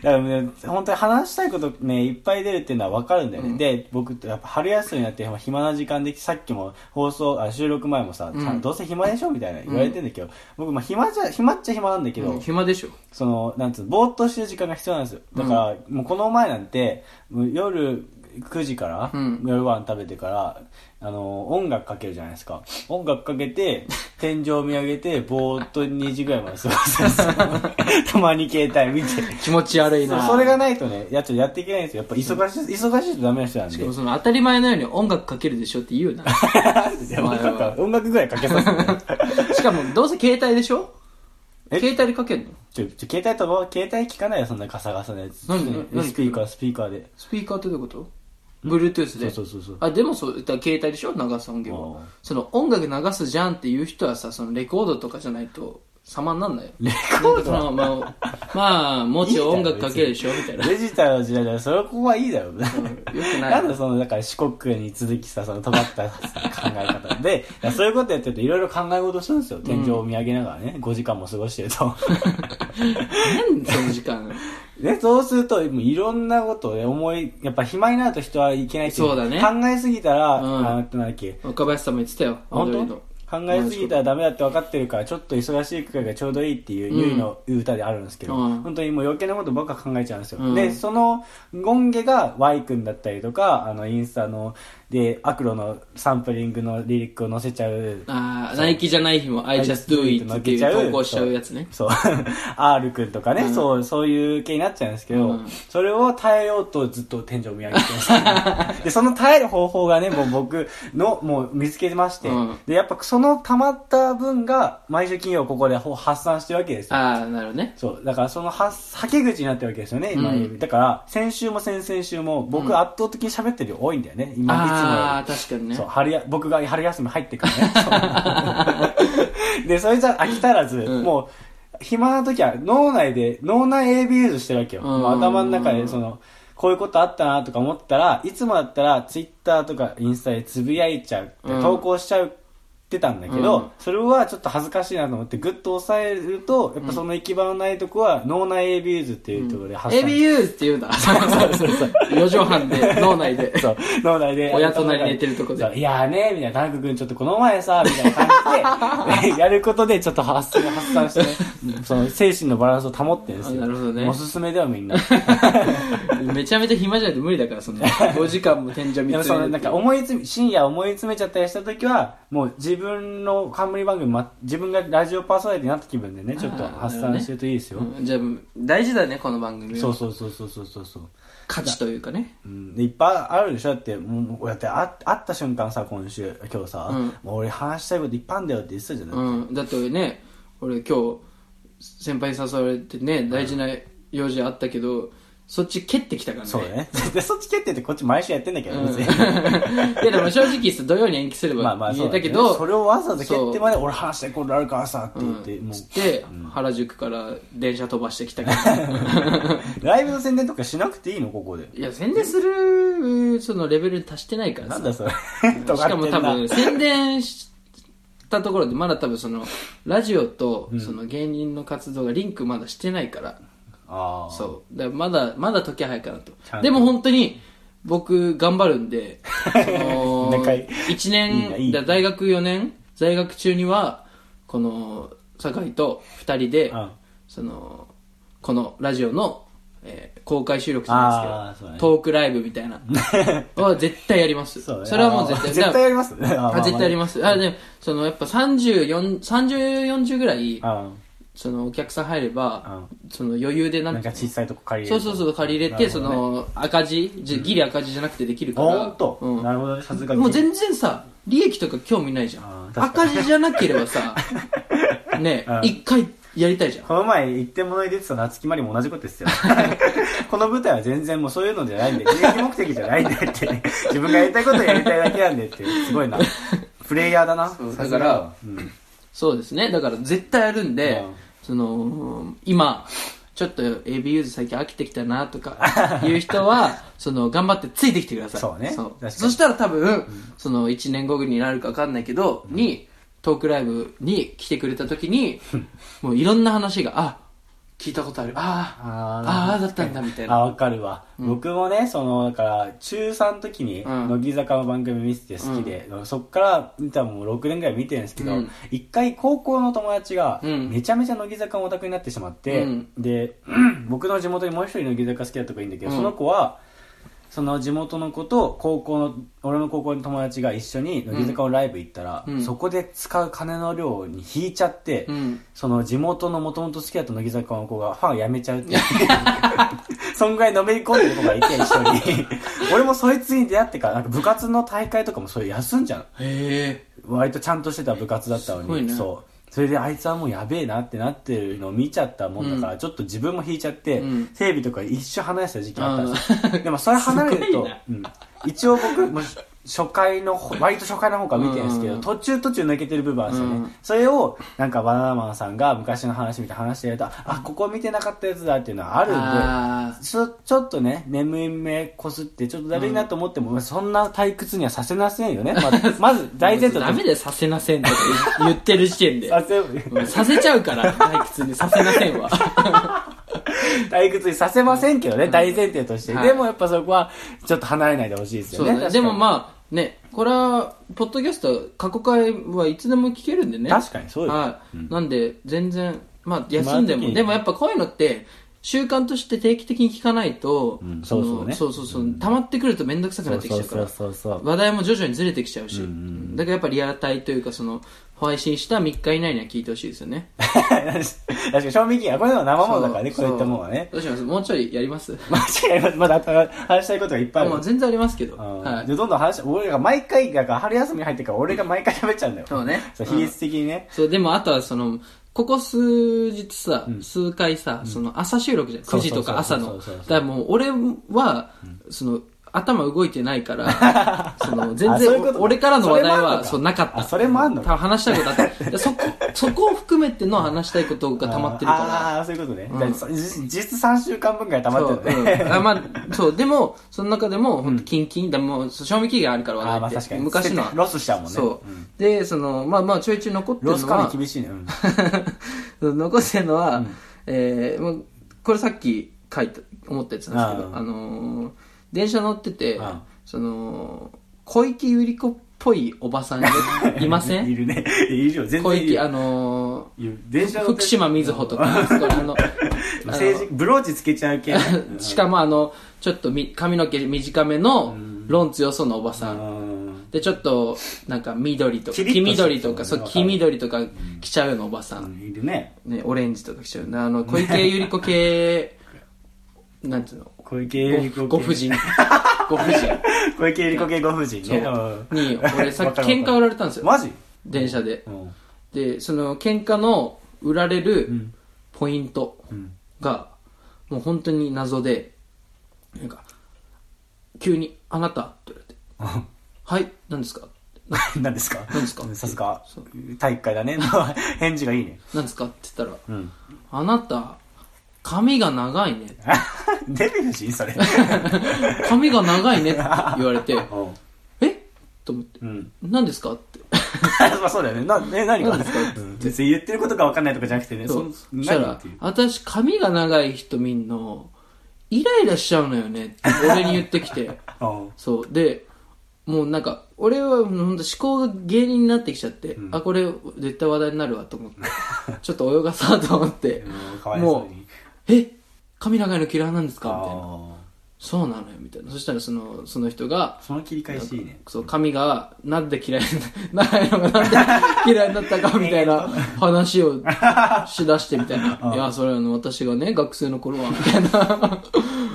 Speaker 1: からね、本当に話したいことね、いっぱい出るっていうのは分かるんだよね。で、僕ってやっぱ春休みになって暇な時間で、さっきも放送、あ収録前もさ、
Speaker 2: ん
Speaker 1: どうせ暇でしょみたいな言われてんだけど、僕、まあ暇じゃ、暇っちゃ暇なんだけど、
Speaker 2: うん暇でしょ
Speaker 1: その、なんつうの、ぼーっとしてる時間が必要なんですよ。だから、もうこの前なんて、もう夜9時から、
Speaker 2: うん
Speaker 1: 夜ご飯食べてから、あの、音楽かけるじゃないですか。音楽かけ て、天井見上げて、ぼーっと2時ぐらいまで過ごすんで すよ。たまに携帯見て。
Speaker 2: 気持ち悪い
Speaker 1: そう
Speaker 2: な
Speaker 1: それがないとね、やっちょやっていけないんですよ。やっぱ忙しい、忙しいとダメな人なんで。
Speaker 2: しかもその当たり前のように音楽かけるでしょって言うな
Speaker 1: で音楽は音楽ぐらいかけさせてね。
Speaker 2: しかもどうせ携帯でしょ
Speaker 1: え
Speaker 2: 携帯でかけるの
Speaker 1: ちょ、ちょ、携帯とば、携帯聞かないよ、そんなガサガサのやつ。
Speaker 2: なんでなんで
Speaker 1: スピーカー、スピーカーで。
Speaker 2: スピーカーってどういうこと ?Bluetooth で
Speaker 1: そうそうそうそう
Speaker 2: あでもそうだから携帯でしょ流す音源
Speaker 1: あ
Speaker 2: は
Speaker 1: あ
Speaker 2: その音楽流すじゃんっていう人はさそのレコードとかじゃないと様 になんないよレコードそのまあ、まあ、もうちょい音楽かけるでしょみたいな
Speaker 1: デジタルの時代だから、それここはいいだろ。う
Speaker 2: よくない
Speaker 1: なんだその、だから四国に続きさ、その尖った考え方で、そういうことやってるといろいろ考え事するんですよ。天井を見上げながらね、5時間も過ごしてる と。
Speaker 2: 何その時間
Speaker 1: ね、そうすると、もういろんなことを思い、やっぱ暇になると人はいけないってい
Speaker 2: そうだね
Speaker 1: 考えすぎたら、
Speaker 2: うん
Speaker 1: あなんだっけ、
Speaker 2: 若林さんも言ってたよ
Speaker 1: 本
Speaker 2: 踊り
Speaker 1: 当
Speaker 2: の
Speaker 1: 考えすぎたらダメだって分かってるから、ちょっと忙しい区間がちょうどいいっていう、
Speaker 2: うん
Speaker 1: ゆいの歌であるんですけど、
Speaker 2: うん
Speaker 1: 本当にもう余計なことばっか考えちゃうんですよ。
Speaker 2: うん
Speaker 1: で、その、ゴンゲが Y 君だったりとか、あの、インスタの、で、アクロのサンプリングのリリックを載せちゃう。
Speaker 2: ああナイキじゃない日も I just do it っていう投稿しちゃうやつね
Speaker 1: そう。R 君とかね、そう、そういう系になっちゃうんですけど、
Speaker 2: うん
Speaker 1: それを耐えようとずっと天井を見上げてました、 で、その耐える方法がね、もう僕の、もう見つけてまして、
Speaker 2: うん
Speaker 1: で、やっぱその溜まった分が、毎週金曜ここで発散してるわけですよ。
Speaker 2: ああなるほどね
Speaker 1: そう。だからそのは、はけ口になってるわけですよね、今、
Speaker 2: うん
Speaker 1: だから、先週も先々週も、僕圧倒的に喋ってる量多いんだよね、今、いつもより。
Speaker 2: ああ確かにね
Speaker 1: そう春や僕が春休み入ってからねそう でそれじゃ飽き足らず、
Speaker 2: うん
Speaker 1: もう暇な時は脳内で脳内 ABS してるわけよ、
Speaker 2: うん
Speaker 1: もう頭の中でそのこういうことあったなとか思ったらいつもだったらツイッターとかインスタでつぶやいちゃう、
Speaker 2: うん
Speaker 1: 投稿しちゃうってたんだけど、
Speaker 2: うん
Speaker 1: それはちょっと恥ずかしいなと思ってグッと抑えるとやっぱその行き場のないとこは脳内 ABS っていうところで発散、
Speaker 2: ABU って言うんだ。そうそうそう。4畳半で、脳 内で。
Speaker 1: そう、脳内で。
Speaker 2: 親となり寝てるとこで
Speaker 1: そういやーね、みたいな、田中君ちょっとこの前さ、みたいな感 じで、やることでちょっと発散、発散して、ね、その精神のバランスを保ってるんですよ。
Speaker 2: あなるほどね
Speaker 1: おすすめだよ、みん な。
Speaker 2: めちゃめちゃ暇じゃないと無理だから、その、5 時間も天井見つめ
Speaker 1: でもその、
Speaker 2: る
Speaker 1: なんか思いつ、深夜思い詰めちゃったりした時は、もう自分の冠番組、ま、自分がラジオパーソナリティになった気分でね、ちょっと発散してるといいですよ。
Speaker 2: うんじゃあ、大事だね、この番組は。
Speaker 1: そうそうそうそうそうそうそう。
Speaker 2: 価値というかね。
Speaker 1: うん、でいっぱいあるでしょだってもうだってあ会った瞬間さ今週今日さ、
Speaker 2: うん
Speaker 1: もう俺話したいこといっぱいあんだよって言ってたじゃない、
Speaker 2: うん。だって俺ね、俺今日、先輩に誘われてね、大事な用事あったけど、そっち蹴ってきたからね。
Speaker 1: そうだね でそっち決定ってこっち毎週やってんだけど、
Speaker 2: うん。
Speaker 1: 別
Speaker 2: い
Speaker 1: に
Speaker 2: やでも正直さ、土曜に延期すれ
Speaker 1: まあま
Speaker 2: ば
Speaker 1: あ
Speaker 2: 言
Speaker 1: そ
Speaker 2: え
Speaker 1: うだ
Speaker 2: た
Speaker 1: け
Speaker 2: け
Speaker 1: ど、
Speaker 2: ど、
Speaker 1: それをわざわざ
Speaker 2: そ
Speaker 1: 決
Speaker 2: う
Speaker 1: 定まで俺話したいことあるからさって言って、
Speaker 2: うん
Speaker 1: も
Speaker 2: つって、原宿から電車飛ばしてき たから。
Speaker 1: うライブの宣伝とかしなくていいのここで
Speaker 2: いや、宣伝する、そのレベルに達してないか
Speaker 1: な
Speaker 2: ら
Speaker 1: ん
Speaker 2: さ。
Speaker 1: だそれ
Speaker 2: しかも多
Speaker 1: 尖ってんな
Speaker 2: 分、宣伝したところで、まだ多分その、ラジオと、その芸人の活動がリンクまだしてないから、
Speaker 1: ああ
Speaker 2: そう。だからまだ、まだ時は早いかなと
Speaker 1: ちゃん。と
Speaker 2: でも本当に、僕、頑張るんで、そ
Speaker 1: なん
Speaker 2: の
Speaker 1: かい、
Speaker 2: 1
Speaker 1: いいないい
Speaker 2: 年、だ大学4年、在学中には、この、酒井と2人で、
Speaker 1: うん
Speaker 2: その、このラジオの、えー公開収録じゃないですけど、
Speaker 1: あーそうだね
Speaker 2: トークライブみた いな、は絶対やります。
Speaker 1: そう
Speaker 2: そ
Speaker 1: ね
Speaker 2: れはもう絶
Speaker 1: あ
Speaker 2: 対。
Speaker 1: ー絶対やり ますあーまあま
Speaker 2: あ
Speaker 1: あ
Speaker 2: 絶対やります。あ、でも、その、やっぱ34、30、40ぐらい、
Speaker 1: あ
Speaker 2: その、お客さん入れば、その余裕で
Speaker 1: あ
Speaker 2: な
Speaker 1: なん
Speaker 2: ん
Speaker 1: か
Speaker 2: か、
Speaker 1: 小さいとこ借りれ
Speaker 2: そう
Speaker 1: る
Speaker 2: そうそう、借り入れて、その、赤字、じゃギリ赤字じゃなくてできるから。
Speaker 1: ほんと、
Speaker 2: うん
Speaker 1: なるほどねさすがに
Speaker 2: もう全然さ、利益とか興味ないじゃ
Speaker 1: あ
Speaker 2: ん
Speaker 1: ー。確か
Speaker 2: 赤字じゃなけれ ばさ、ね
Speaker 1: うん、
Speaker 2: 一回やりたいじゃん。
Speaker 1: この前、一点物に出てた夏木マリも同じことですよ。 この舞台は全然もうそういうのじゃないんで、利益目的じゃないんでって、 自分がやりたいことをやりたいだけなんでって、すごいな。プレイヤーだな。
Speaker 2: う
Speaker 1: さすが
Speaker 2: だから
Speaker 1: うん、
Speaker 2: そうですね。だから絶対やるんで、
Speaker 1: うん
Speaker 2: その、今、ちょっと AB ユーズ最近飽きてきたなとか、いう 人は、その、頑張ってついてきてください。
Speaker 1: そうね確かに
Speaker 2: そしたら多分、その、1年後になるか分かんないけど、に、トークライブに来てくれた時に、もういろんな話が、あ、聞いたことあるああ
Speaker 1: あ
Speaker 2: ああだったんだみたいな
Speaker 1: あ、わかるわ。僕もね、その、だから、中3の時に、
Speaker 2: うん
Speaker 1: 乃木坂の番組見てて好きで、そっから、見たらもう6年ぐらい見てるんですけ
Speaker 2: う
Speaker 1: ど
Speaker 2: ん、
Speaker 1: 一、回高校の友達が、
Speaker 2: うん
Speaker 1: めちゃめちゃ乃木坂のオタクになってしまって、
Speaker 2: うん
Speaker 1: で、 僕の地元にもう一人乃木坂好きだった子がいいんだけど、
Speaker 2: うん
Speaker 1: その子は、その地元の子と高校の俺の高校の友達が一緒に乃木坂のライブ行ったら、
Speaker 2: うん
Speaker 1: そこで使う金の量に引いちゃって、
Speaker 2: うん
Speaker 1: その地元のもともと好きだった乃木坂の子がファン辞めちゃうっていう そんぐらいのめり込んでる子がいて一緒に俺もそいつに出会ってからなんか部活の大会とかもそれ休んじゃう
Speaker 2: へえ
Speaker 1: 割とちゃんとしてた部活だったの
Speaker 2: すごい
Speaker 1: に、
Speaker 2: ね
Speaker 1: そうそれであいつはもうやべえなってなってるのを見ちゃったもんだから、ちょっと自分も引いちゃって、
Speaker 2: うん
Speaker 1: テレビとか一緒離れてた時期があったんです よでもそれ離れる
Speaker 2: すご
Speaker 1: と
Speaker 2: いな、
Speaker 1: うん一応僕も初回の方 割と初回の方から見てるんですけど、
Speaker 2: うん
Speaker 1: 途中途中抜けてる部分あるんですよね、
Speaker 2: うん
Speaker 1: それをなんかバナナマンさんが昔の話みたいな話してるとあここ見てなかったやつだっていうのはあるんで
Speaker 2: あ
Speaker 1: ちょちょっとね、眠い目こすって、ちょっとだるいなと思っても、そんな退屈にはさせませんよね。 まず、まず大前提
Speaker 2: ダメだよさせなせんとか言言ってる時点で
Speaker 1: させ、
Speaker 2: うんさせちゃうから退屈にさせません わ
Speaker 1: 退屈にさせませんけどね、大前提として。
Speaker 2: はい
Speaker 1: でもやっぱそこは、ちょっと離れないでほしいです
Speaker 2: そ
Speaker 1: よ
Speaker 2: う
Speaker 1: ね。
Speaker 2: だねでもまあねこれはポッドキャスト過去回はいつでも聞けるんでね
Speaker 1: 確かにそうよ
Speaker 2: はい
Speaker 1: うん
Speaker 2: なんで全然まあ休んで
Speaker 1: 暇な時
Speaker 2: も
Speaker 1: に
Speaker 2: でもやっぱこういうのって習慣として定期的に聞かないと、
Speaker 1: うんそうそうね
Speaker 2: そのそうそうそう溜まってくると面倒くさくなってきちゃうから
Speaker 1: そうそうそうそう
Speaker 2: 話題も徐々にずれてきちゃうし、だからやっぱリアルタイというかその配信した3日以内には聞いてほしいですよね
Speaker 1: 確かに、賞味期限は、これでも生ものだからね、こ
Speaker 2: そう
Speaker 1: いったものはね。
Speaker 2: そうどうしますもうちょいやります
Speaker 1: 間違いない。まだ話したいことがいっぱいあ
Speaker 2: あ
Speaker 1: る
Speaker 2: もう。全然ありますけ
Speaker 1: う
Speaker 2: ど、
Speaker 1: ん
Speaker 2: はい
Speaker 1: でどんどん話し俺が毎回、だから春休み入ってから俺が毎回喋っちゃうんだよ。
Speaker 2: そうね
Speaker 1: 比率的にね。
Speaker 2: そう、でもあとはその、ここ数日さ、数回さ、その朝収録じゃん。
Speaker 1: そ
Speaker 2: 9
Speaker 1: うそう
Speaker 2: 時
Speaker 1: そう
Speaker 2: とか朝
Speaker 1: そ
Speaker 2: の。
Speaker 1: う
Speaker 2: だ
Speaker 1: そうそう
Speaker 2: からもう俺は、その、頭動いてな いから、その、全
Speaker 1: あそういうこ
Speaker 2: 然
Speaker 1: と、
Speaker 2: 俺からの話題は、そ、
Speaker 1: そうれもあ
Speaker 2: なん
Speaker 1: のか
Speaker 2: かった。
Speaker 1: あそれもあんのか
Speaker 2: 多分話したいことあった。でそ こ、そこを含めての話したいことが溜まってるから。
Speaker 1: ああー、そういうことね。だからそ実質3週間分ぐらい溜まってる
Speaker 2: そう
Speaker 1: ね。
Speaker 2: うんあまあ、そう、でも、その中でも、本当キンキン、でも、そう賞味期限あるか ら
Speaker 1: ああー、まあ
Speaker 2: 話題っ
Speaker 1: 確か
Speaker 2: て。
Speaker 1: に。
Speaker 2: 昔のは
Speaker 1: 捨ててロスしちゃうもんね。
Speaker 2: そう。で、その、まあまあ、ちょいちょい残ってるの
Speaker 1: ロ
Speaker 2: は。
Speaker 1: ス管理厳しいね。うん
Speaker 2: 残してるのは、えーまあこれさっき書いた思ったやつなんですけど
Speaker 1: あ
Speaker 2: あのー電車乗ってて
Speaker 1: あ
Speaker 2: その小池百合子っぽいお ばさんがいません
Speaker 1: いるね。 いるよ、全
Speaker 2: 小
Speaker 1: 然いる
Speaker 2: 池
Speaker 1: よ。
Speaker 2: あの
Speaker 1: いる電車
Speaker 2: ー
Speaker 1: 乗って
Speaker 2: 福島みずほとか そこらあのあの
Speaker 1: 政治、ブローチつけちゃう系 ね。
Speaker 2: しかもあのちょっとみ髪の毛短めの論強そうなおばさん
Speaker 1: うん
Speaker 2: でちょっとなんか緑とか
Speaker 1: キリッとし
Speaker 2: 黄
Speaker 1: た
Speaker 2: 緑とかそう
Speaker 1: わかる
Speaker 2: 黄緑とか着ちゃうのおばさん
Speaker 1: いるね。
Speaker 2: ね、オレンジとか着ちゃうなあの小池百合子系なんていうの
Speaker 1: 小池百合子系。
Speaker 2: ご 婦人ご婦人
Speaker 1: 小池百合子系ご婦人ね。うん
Speaker 2: に俺さっき
Speaker 1: わかる
Speaker 2: 喧
Speaker 1: わ
Speaker 2: 嘩
Speaker 1: か
Speaker 2: 売
Speaker 1: る
Speaker 2: られたんですよ
Speaker 1: マジ
Speaker 2: 電車で
Speaker 1: うん
Speaker 2: でその喧嘩の売られるポイント
Speaker 1: ん
Speaker 2: がもう本当に謎でなんか急に「あなた」って言われて「はい何ですか?」
Speaker 1: 何ですか
Speaker 2: 何ですか
Speaker 1: さすが、体育会だね。 返事がいいね。
Speaker 2: 何ですかって言ったら「
Speaker 1: ん
Speaker 2: あなた髪が長いね
Speaker 1: デヴィ夫人それ。
Speaker 2: 髪が長いね」って言われて
Speaker 1: うん
Speaker 2: 「えと思って
Speaker 1: うん。
Speaker 2: 何ですかって。
Speaker 1: まあそうだよね。な、え、何が
Speaker 2: 何ですか
Speaker 1: うん別に言ってることが分かんないとかじゃなくてね。
Speaker 2: そ
Speaker 1: ん
Speaker 2: う。 そした
Speaker 1: 何
Speaker 2: ら
Speaker 1: っていう、
Speaker 2: 私、髪が長い人見んの、イライラしちゃうのよねって俺に言ってき て。
Speaker 1: うん
Speaker 2: そう。で、もうなんか、俺はほんと思考が芸人になってきちゃって、あ、これ絶対話題になるわと思って、ちょっと泳がそうと思って
Speaker 1: うん、かわいそう
Speaker 2: も
Speaker 1: に
Speaker 2: う、え髪長いの嫌いなんですかみたいな。
Speaker 1: あ
Speaker 2: そうなのよ、みたいな。そしたらその、その人が
Speaker 1: ー、その切り返しいいね。
Speaker 2: そう、髪が、なんで嫌い な、長いのがなんで嫌いになったかみた いな話をしだしてみたいな。いや、それはあの、私がね、学生の頃は、みた いな。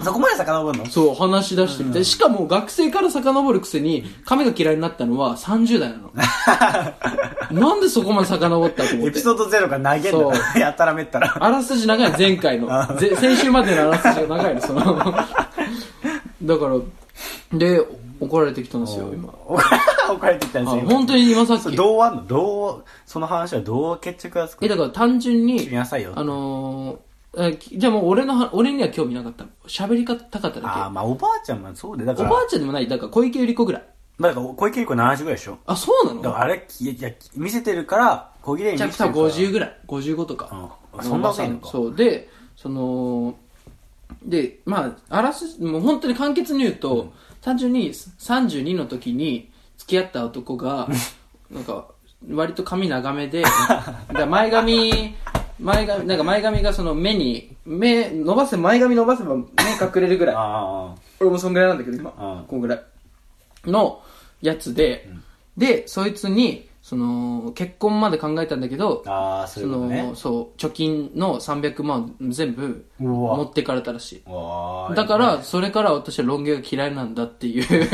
Speaker 1: そこまで遡るの
Speaker 2: そう、話し出してみて。しかも、学生から遡るくせに、髪が嫌いになったのは30代な の。なんでそこまで遡ったと思 っ
Speaker 1: エ
Speaker 2: て
Speaker 1: ピ。ソードゼロが投げんだな。 やたらめったら。
Speaker 2: あらすじ長い、前回の。ぜ先週までのあらすじが長いの、そ の。だから、で、怒られてきたんですよ、今。
Speaker 1: 怒られてきたん
Speaker 2: あ
Speaker 1: ですよ。
Speaker 2: 本当に今さっき。
Speaker 1: どうあんのどう、その話はどう決着がつく
Speaker 2: え、だから単純に、
Speaker 1: 決めなさいよ
Speaker 2: あのーえきじゃあもう俺のは、俺には興味なかった。喋り方高かった
Speaker 1: ああ、
Speaker 2: だ
Speaker 1: まあおばあちゃんもそうで、だか
Speaker 2: け。お
Speaker 1: ら、
Speaker 2: ばあちゃんでもない。だから小池百合子ぐらい。
Speaker 1: まあだから小池百合子70ぐらいでしょ。
Speaker 2: あ、そうな
Speaker 1: だか
Speaker 2: の
Speaker 1: らあれ、いや、いや見せてるから、小切れに
Speaker 2: じゃあ
Speaker 1: 見せて
Speaker 2: 多
Speaker 1: るから。
Speaker 2: 分50ぐらい。55とか
Speaker 1: うん。そんな若いのか
Speaker 2: そう。で、その、で、まあ、あらす、もう本当に簡潔に言うと、単純に32の時に付き合った男 が、なんか、割と髪長めで、だから前髪、前髪、なんか前髪がその目に、目、伸ばせ、前髪伸ばせば目隠れるぐらい。
Speaker 1: あ
Speaker 2: 俺もそんぐらいなんだけど、今、
Speaker 1: うん
Speaker 2: こんぐらい。のやつで、で、そいつに、その、結婚まで考えたんだけど
Speaker 1: あ、ああそう
Speaker 2: そ
Speaker 1: いうことね
Speaker 2: の、そう、貯金の300万全部
Speaker 1: うわ
Speaker 2: 持ってかれたらしい。
Speaker 1: わーい
Speaker 2: だから、それから私はロン毛が嫌いなんだっていう、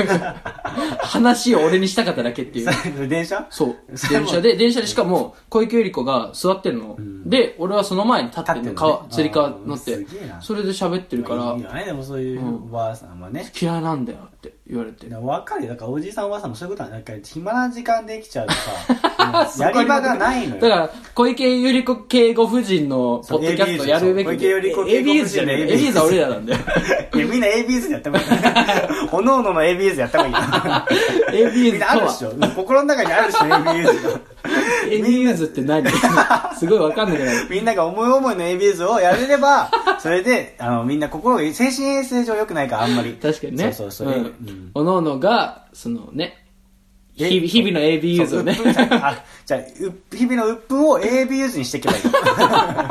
Speaker 2: 話を俺にしたかっただ けっていう。
Speaker 1: 電車
Speaker 2: そう。
Speaker 1: それも
Speaker 2: 電車で、電車でしかも、小池百合子が座ってんの。で、俺はその前に立ってん
Speaker 1: 立ってんの
Speaker 2: の。
Speaker 1: ね
Speaker 2: 川、釣り革乗
Speaker 1: あ
Speaker 2: って
Speaker 1: ーすげえ。な
Speaker 2: それで喋ってるか
Speaker 1: まあ
Speaker 2: ら
Speaker 1: いい、よねでもそういうおばあさんはね
Speaker 2: 嫌いなんだよって言われて。
Speaker 1: わかるよだからおじいさんおばあさんもそういうことはなんか暇な時間できちゃうと さやり場がないの
Speaker 2: だ
Speaker 1: よ
Speaker 2: から、小池百合子系ご婦人のポッドキャストやるべき
Speaker 1: そう ABS そう小池百合子系ご婦人
Speaker 2: ABS じゃねえ。
Speaker 1: ABS
Speaker 2: ABS は俺らなん だよ。
Speaker 1: いやみんな ABS でやって もいいおのおのの ABS やった 方がいいみ
Speaker 2: ABS
Speaker 1: ん
Speaker 2: と
Speaker 1: なあるでし
Speaker 2: は。
Speaker 1: ょ心の中にあるでしょ ABS が
Speaker 2: ABS って何すごいわかんなくなる。
Speaker 1: みんなが思い思いの ABS をやれればそれであのみんな心が精神衛生上良くないからあんまり
Speaker 2: 確かにね。
Speaker 1: そうそうそう、う
Speaker 2: ん
Speaker 1: ん
Speaker 2: おのおのが、そのね、
Speaker 1: で
Speaker 2: 日々日々の ABS をね。
Speaker 1: そう鬱憤じゃあ、じゃあう日々の鬱憤を ABS にしてい けばいい。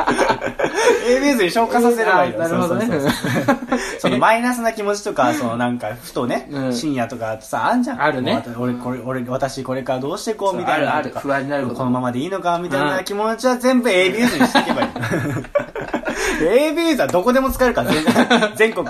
Speaker 1: ABS に消化させればいいよ。
Speaker 2: あなるほどね
Speaker 1: そうそうそう そのマイナスな気持ちとか、そのなんか、ふとね、
Speaker 2: うん
Speaker 1: 深夜とかさ、あんじゃん。
Speaker 2: あるね
Speaker 1: もう私俺、これ、俺、私これからどうしていこうみたいな。
Speaker 2: そうあるある不安になること
Speaker 1: このままでいいのかみたいうなん気持ちは全部 ABS にしていけばいい。で ABS はどこでも使えるから、 全全国。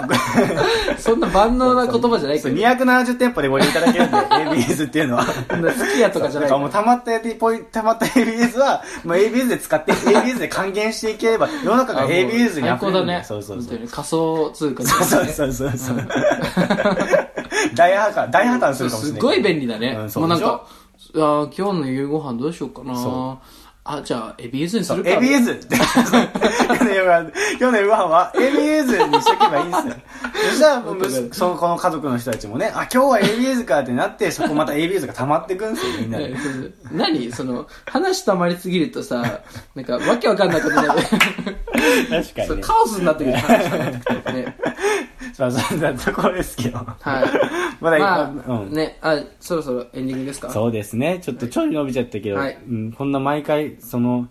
Speaker 2: そんな万能な言葉じゃないけ
Speaker 1: そう
Speaker 2: ど。
Speaker 1: 270店舗でご利用いただけ るんで、ABS っていうのは。
Speaker 2: そんな好きやとかじゃ
Speaker 1: だ
Speaker 2: ない
Speaker 1: からもう溜まったやつポイ溜まった ABS は、まあ、ABS で 使って、ABS で還元していければ、世の中が ABS に
Speaker 2: 最
Speaker 1: 溢れ
Speaker 2: 高
Speaker 1: る
Speaker 2: だ
Speaker 1: んだよ
Speaker 2: ね。
Speaker 1: そうそうそう。
Speaker 2: 本当に仮想通貨
Speaker 1: そうそうそうそう。大破綻、大破綻するかもしれない。
Speaker 2: すごい便利だね。
Speaker 1: うんそう
Speaker 2: もうなん
Speaker 1: でし
Speaker 2: か、あー今日の夕ご飯どうしようかな
Speaker 1: そ。
Speaker 2: あ、じゃあ、ABS にす
Speaker 1: ょ。
Speaker 2: るか。
Speaker 1: ABS って。今日の夜ご飯今日の夜ご飯は ABS にしとけばいいんですよ。そしたらもう 息子、その、この家族の人たちもね、あ、今日は ABS かってなって、そこまた ABS が溜まってくんですよ、みんなで。
Speaker 2: ねそうそう何 その、話たまりすぎる とさ、なんか、わけわかんないことになる。
Speaker 1: 確か
Speaker 2: そうカオスになってくる話がね。
Speaker 1: まあ、そんなところですけど。
Speaker 2: はい。
Speaker 1: まだ、
Speaker 2: まあ
Speaker 1: うん。
Speaker 2: ね、あ、そろそろエンディングですか
Speaker 1: そうですね。ちょっとちょい伸びちゃったけど、
Speaker 2: はい
Speaker 1: うん、こんな毎回、その、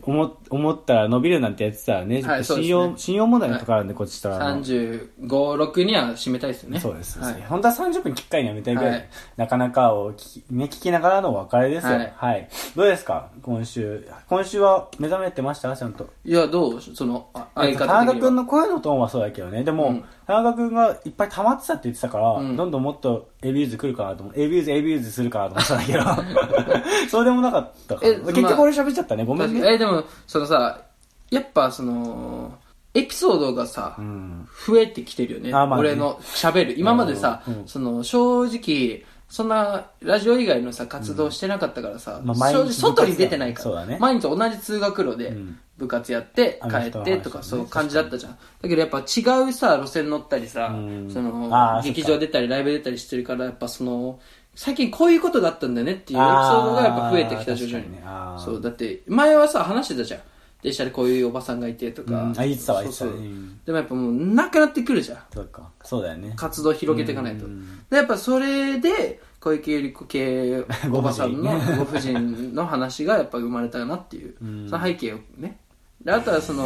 Speaker 1: 思思ったら伸びるなんてやってたらね、
Speaker 2: はい
Speaker 1: 信用、
Speaker 2: そうですね
Speaker 1: 信用問題のところあるんで、こっちとらの。
Speaker 2: 35、6には締めたいですよね。
Speaker 1: そうです、
Speaker 2: はい。
Speaker 1: 本当は30分きっかりにやめたいぐらい、
Speaker 2: はい
Speaker 1: なかなかを聞き,、ね、聞きながらのお別れですよ、
Speaker 2: は
Speaker 1: はいいどうですか今週今週は目覚めてましたちゃんと
Speaker 2: いや、どうその、あ
Speaker 1: 田
Speaker 2: 相方
Speaker 1: 中
Speaker 2: 的
Speaker 1: 君
Speaker 2: には。
Speaker 1: の声のトーンはそうだけどねでも、
Speaker 2: うん
Speaker 1: 田中君がいっぱい溜まってたって言ってたから、
Speaker 2: うん
Speaker 1: どんどんもっとエビューズ来るかなと思ってエビューズエビューズするかなと思ってたんだけど そうでもなかったから
Speaker 2: え
Speaker 1: 結局俺喋っちゃったねごめん
Speaker 2: 確
Speaker 1: ね
Speaker 2: かえ、でも、そのさ、やっぱその、エピソードがさ、
Speaker 1: うん
Speaker 2: 増えてきてるよね。
Speaker 1: あまあね
Speaker 2: 俺の喋る。今までさ、
Speaker 1: うん
Speaker 2: その、正直、そんな、ラジオ以外のさ、活動してなかったからさ、
Speaker 1: まあ毎
Speaker 2: 正直、
Speaker 1: 日
Speaker 2: 外に出てないから、
Speaker 1: 部活だもんそうだね
Speaker 2: 毎日同じ通学路で
Speaker 1: ん、
Speaker 2: 部活やって、
Speaker 1: あの人
Speaker 2: 帰
Speaker 1: の
Speaker 2: っ
Speaker 1: 話だ
Speaker 2: て
Speaker 1: ね
Speaker 2: とか、そういう感じだったじゃん。だけどやっぱ違うさ、路線乗ったりさ、
Speaker 1: うん
Speaker 2: そ
Speaker 1: あ
Speaker 2: の
Speaker 1: ー、
Speaker 2: 劇
Speaker 1: そっ
Speaker 2: 場
Speaker 1: か
Speaker 2: 出たり、ライブ出たりしてるから、やっぱその、最近こういうことだったんだよねっていうエピソードがやっぱ増えてきた、徐々
Speaker 1: あー確
Speaker 2: に。
Speaker 1: かにねあー
Speaker 2: そう、だって、前はさ、話してたじゃん。電車でこういうおばさんがいてとか。
Speaker 1: うんあ言ってたわ言ってた
Speaker 2: そ
Speaker 1: わ
Speaker 2: うそう
Speaker 1: うん
Speaker 2: でもやっぱもうなくなってくるじゃん
Speaker 1: そうかそうだよね
Speaker 2: 活動を広げていかないとでやっぱそれで小池百合子 系おばさんのご婦人の話がやっぱ生まれたなっていう
Speaker 1: うん
Speaker 2: その背景をねであとはその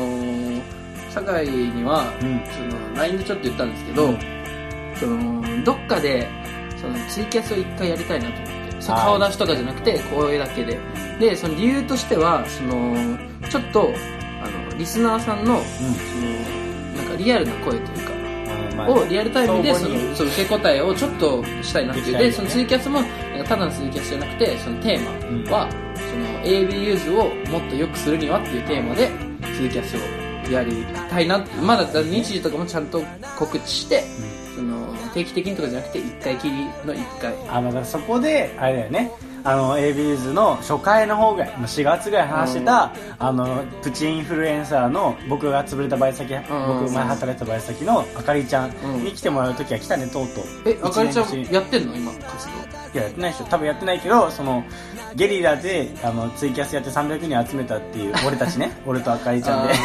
Speaker 2: 酒井には、
Speaker 1: うん
Speaker 2: その LINE でちょっと言ったんですけど、そのどっかでそのツイキャスを一回やりたいなと思ってそう
Speaker 1: あー
Speaker 2: 顔出しとかじゃなくて声だけででその理由としてはそのちょっとあのリスナーさんの
Speaker 1: うん
Speaker 2: そのなんかリアルな声というか、
Speaker 1: あのまあ
Speaker 2: をリアルタイムでそ
Speaker 1: 相互に
Speaker 2: のそう受け答えをちょっとしたいなっていう
Speaker 1: できたり
Speaker 2: で
Speaker 1: ね
Speaker 2: そのツイキャスもなんかただのツイキャスじゃなくてそのテーマは、その AB ユーズをもっと良くするにはっていうテーマでツイキャスをやりたいなまだ日時とかもちゃんと告知して、その定期的にとかじゃなくて1回きりの1回
Speaker 1: あのだからそこであれだよねあの ABs の初回の方ぐらいまあ4月ぐらい話してた、あのプチインフルエンサーの僕が潰れたバイト先、
Speaker 2: ん
Speaker 1: 僕前働いてたバイト先のあかりちゃん
Speaker 2: うん
Speaker 1: に来てもらう時は来たねとうとう
Speaker 2: えあかりちゃ
Speaker 1: 一年越し
Speaker 2: ん
Speaker 1: に
Speaker 2: やってんの今活動
Speaker 1: いややってないでしょ多分やってないけどそのゲリラであのツイキャスやって300人集めたっていう俺た ちね俺とあかりちゃんでっ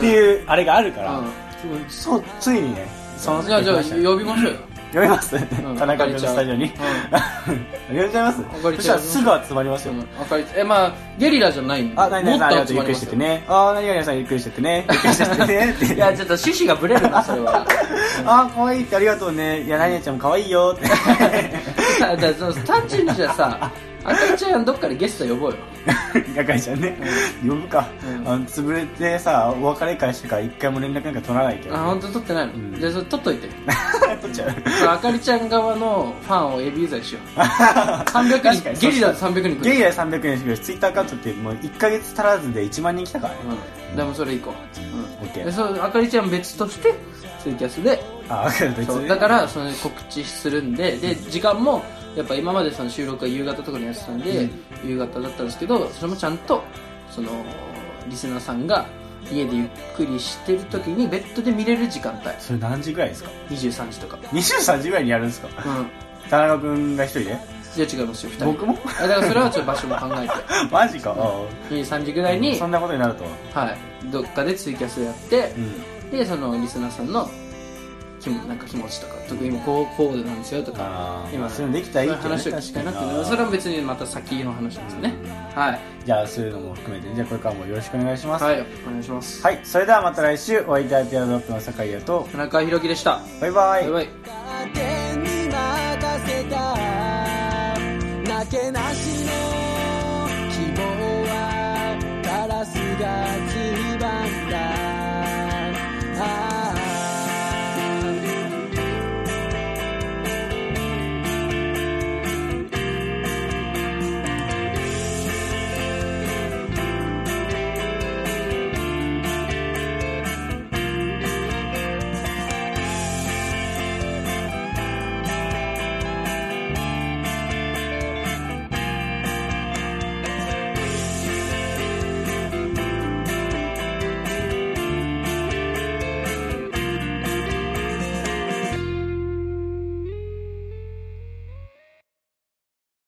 Speaker 1: ていうあれがあるから、 そうついにねその
Speaker 2: じゃあじゃあ
Speaker 1: 時来ま
Speaker 2: 呼びましょうよ
Speaker 1: した読みます、
Speaker 2: ん
Speaker 1: 田中君のスタジオに、呼んじゃいます
Speaker 2: かりちゃん
Speaker 1: そしたらすぐ集まりますよ、
Speaker 2: うんわかりえまあゲリラじゃないんで
Speaker 1: あ、なになに
Speaker 2: も
Speaker 1: さ
Speaker 2: っ
Speaker 1: ん、あり
Speaker 2: と
Speaker 1: がとう、ゆっ
Speaker 2: 集ま
Speaker 1: くり
Speaker 2: りま
Speaker 1: して
Speaker 2: す
Speaker 1: て
Speaker 2: よ
Speaker 1: ね。あー、なになにさん、ゆっくりしてってね。ゆっくりしてってね。っ
Speaker 2: い
Speaker 1: て
Speaker 2: やちょっと趣旨がブレるなそれは
Speaker 1: あー、かわいいって、ありがとうね。いや、なになちゃんもかわいいよって。
Speaker 2: だからその単純にじゃあさあかりちゃんどっかでゲスト呼ぼうよ
Speaker 1: ガカイちゃんね。呼ぶか。
Speaker 2: うん
Speaker 1: あの、潰れてさ、お別れ会してから一回も連絡なんか取らないけど
Speaker 2: あ。本当撮ってないの、
Speaker 1: ん
Speaker 2: じゃあそれ撮っといて
Speaker 1: 取っちゃう。
Speaker 2: それあかりちゃん側のファンをエビユーザーにしよ う
Speaker 1: 確
Speaker 2: 300
Speaker 1: かに
Speaker 2: 人ゲリラで300人来
Speaker 1: ゲ
Speaker 2: る
Speaker 1: イや300人しかツイッターアカウントってもう1ヶ月足らずで1万人来たからね。
Speaker 2: うん、でもそれ行こう、
Speaker 1: オッケー
Speaker 2: でそうあかりちゃん別としてツイキャスで
Speaker 1: あー、別
Speaker 2: そう
Speaker 1: に。
Speaker 2: だからその告知するんでで時間もやっぱ今までその収録は夕方とかにやってたんで、夕方だったんですけどそれもちゃんとそのリスナーさんが家でゆっくりしてる時にベッドで見れる時間帯
Speaker 1: それ何時ぐらいですか
Speaker 2: 23時とか
Speaker 1: ?23 時ぐらいにやるんですか
Speaker 2: うん
Speaker 1: 田中くんが一人で
Speaker 2: いや違いますよ2人
Speaker 1: 僕も
Speaker 2: あだからそれはちょっと場所も考えて
Speaker 1: マジか。あ
Speaker 2: 23時ぐらい
Speaker 1: ー
Speaker 2: に
Speaker 1: そん、なことになるとは。
Speaker 2: はい、どっかでツイキャスやって
Speaker 1: う、ん。
Speaker 2: でそのリスナーさんの気もなんか気持ちとか特に今こうこうなんですよとか
Speaker 1: あー
Speaker 2: 今
Speaker 1: そういうのできたらいいけどね
Speaker 2: そういう話を聞きたいなっていう
Speaker 1: 確
Speaker 2: の
Speaker 1: か
Speaker 2: は
Speaker 1: に
Speaker 2: それは別にまた先の話ですね、はい
Speaker 1: じゃあそういうのも含めてじゃあこれからもよろしくお願いしますはい、
Speaker 2: はいお願いします
Speaker 1: それではまた来週お相手はピアドロップの酒井優と
Speaker 2: 田中宏樹でした
Speaker 1: バイバイ
Speaker 2: バイバイ
Speaker 3: 「手に任せた」「なけなしの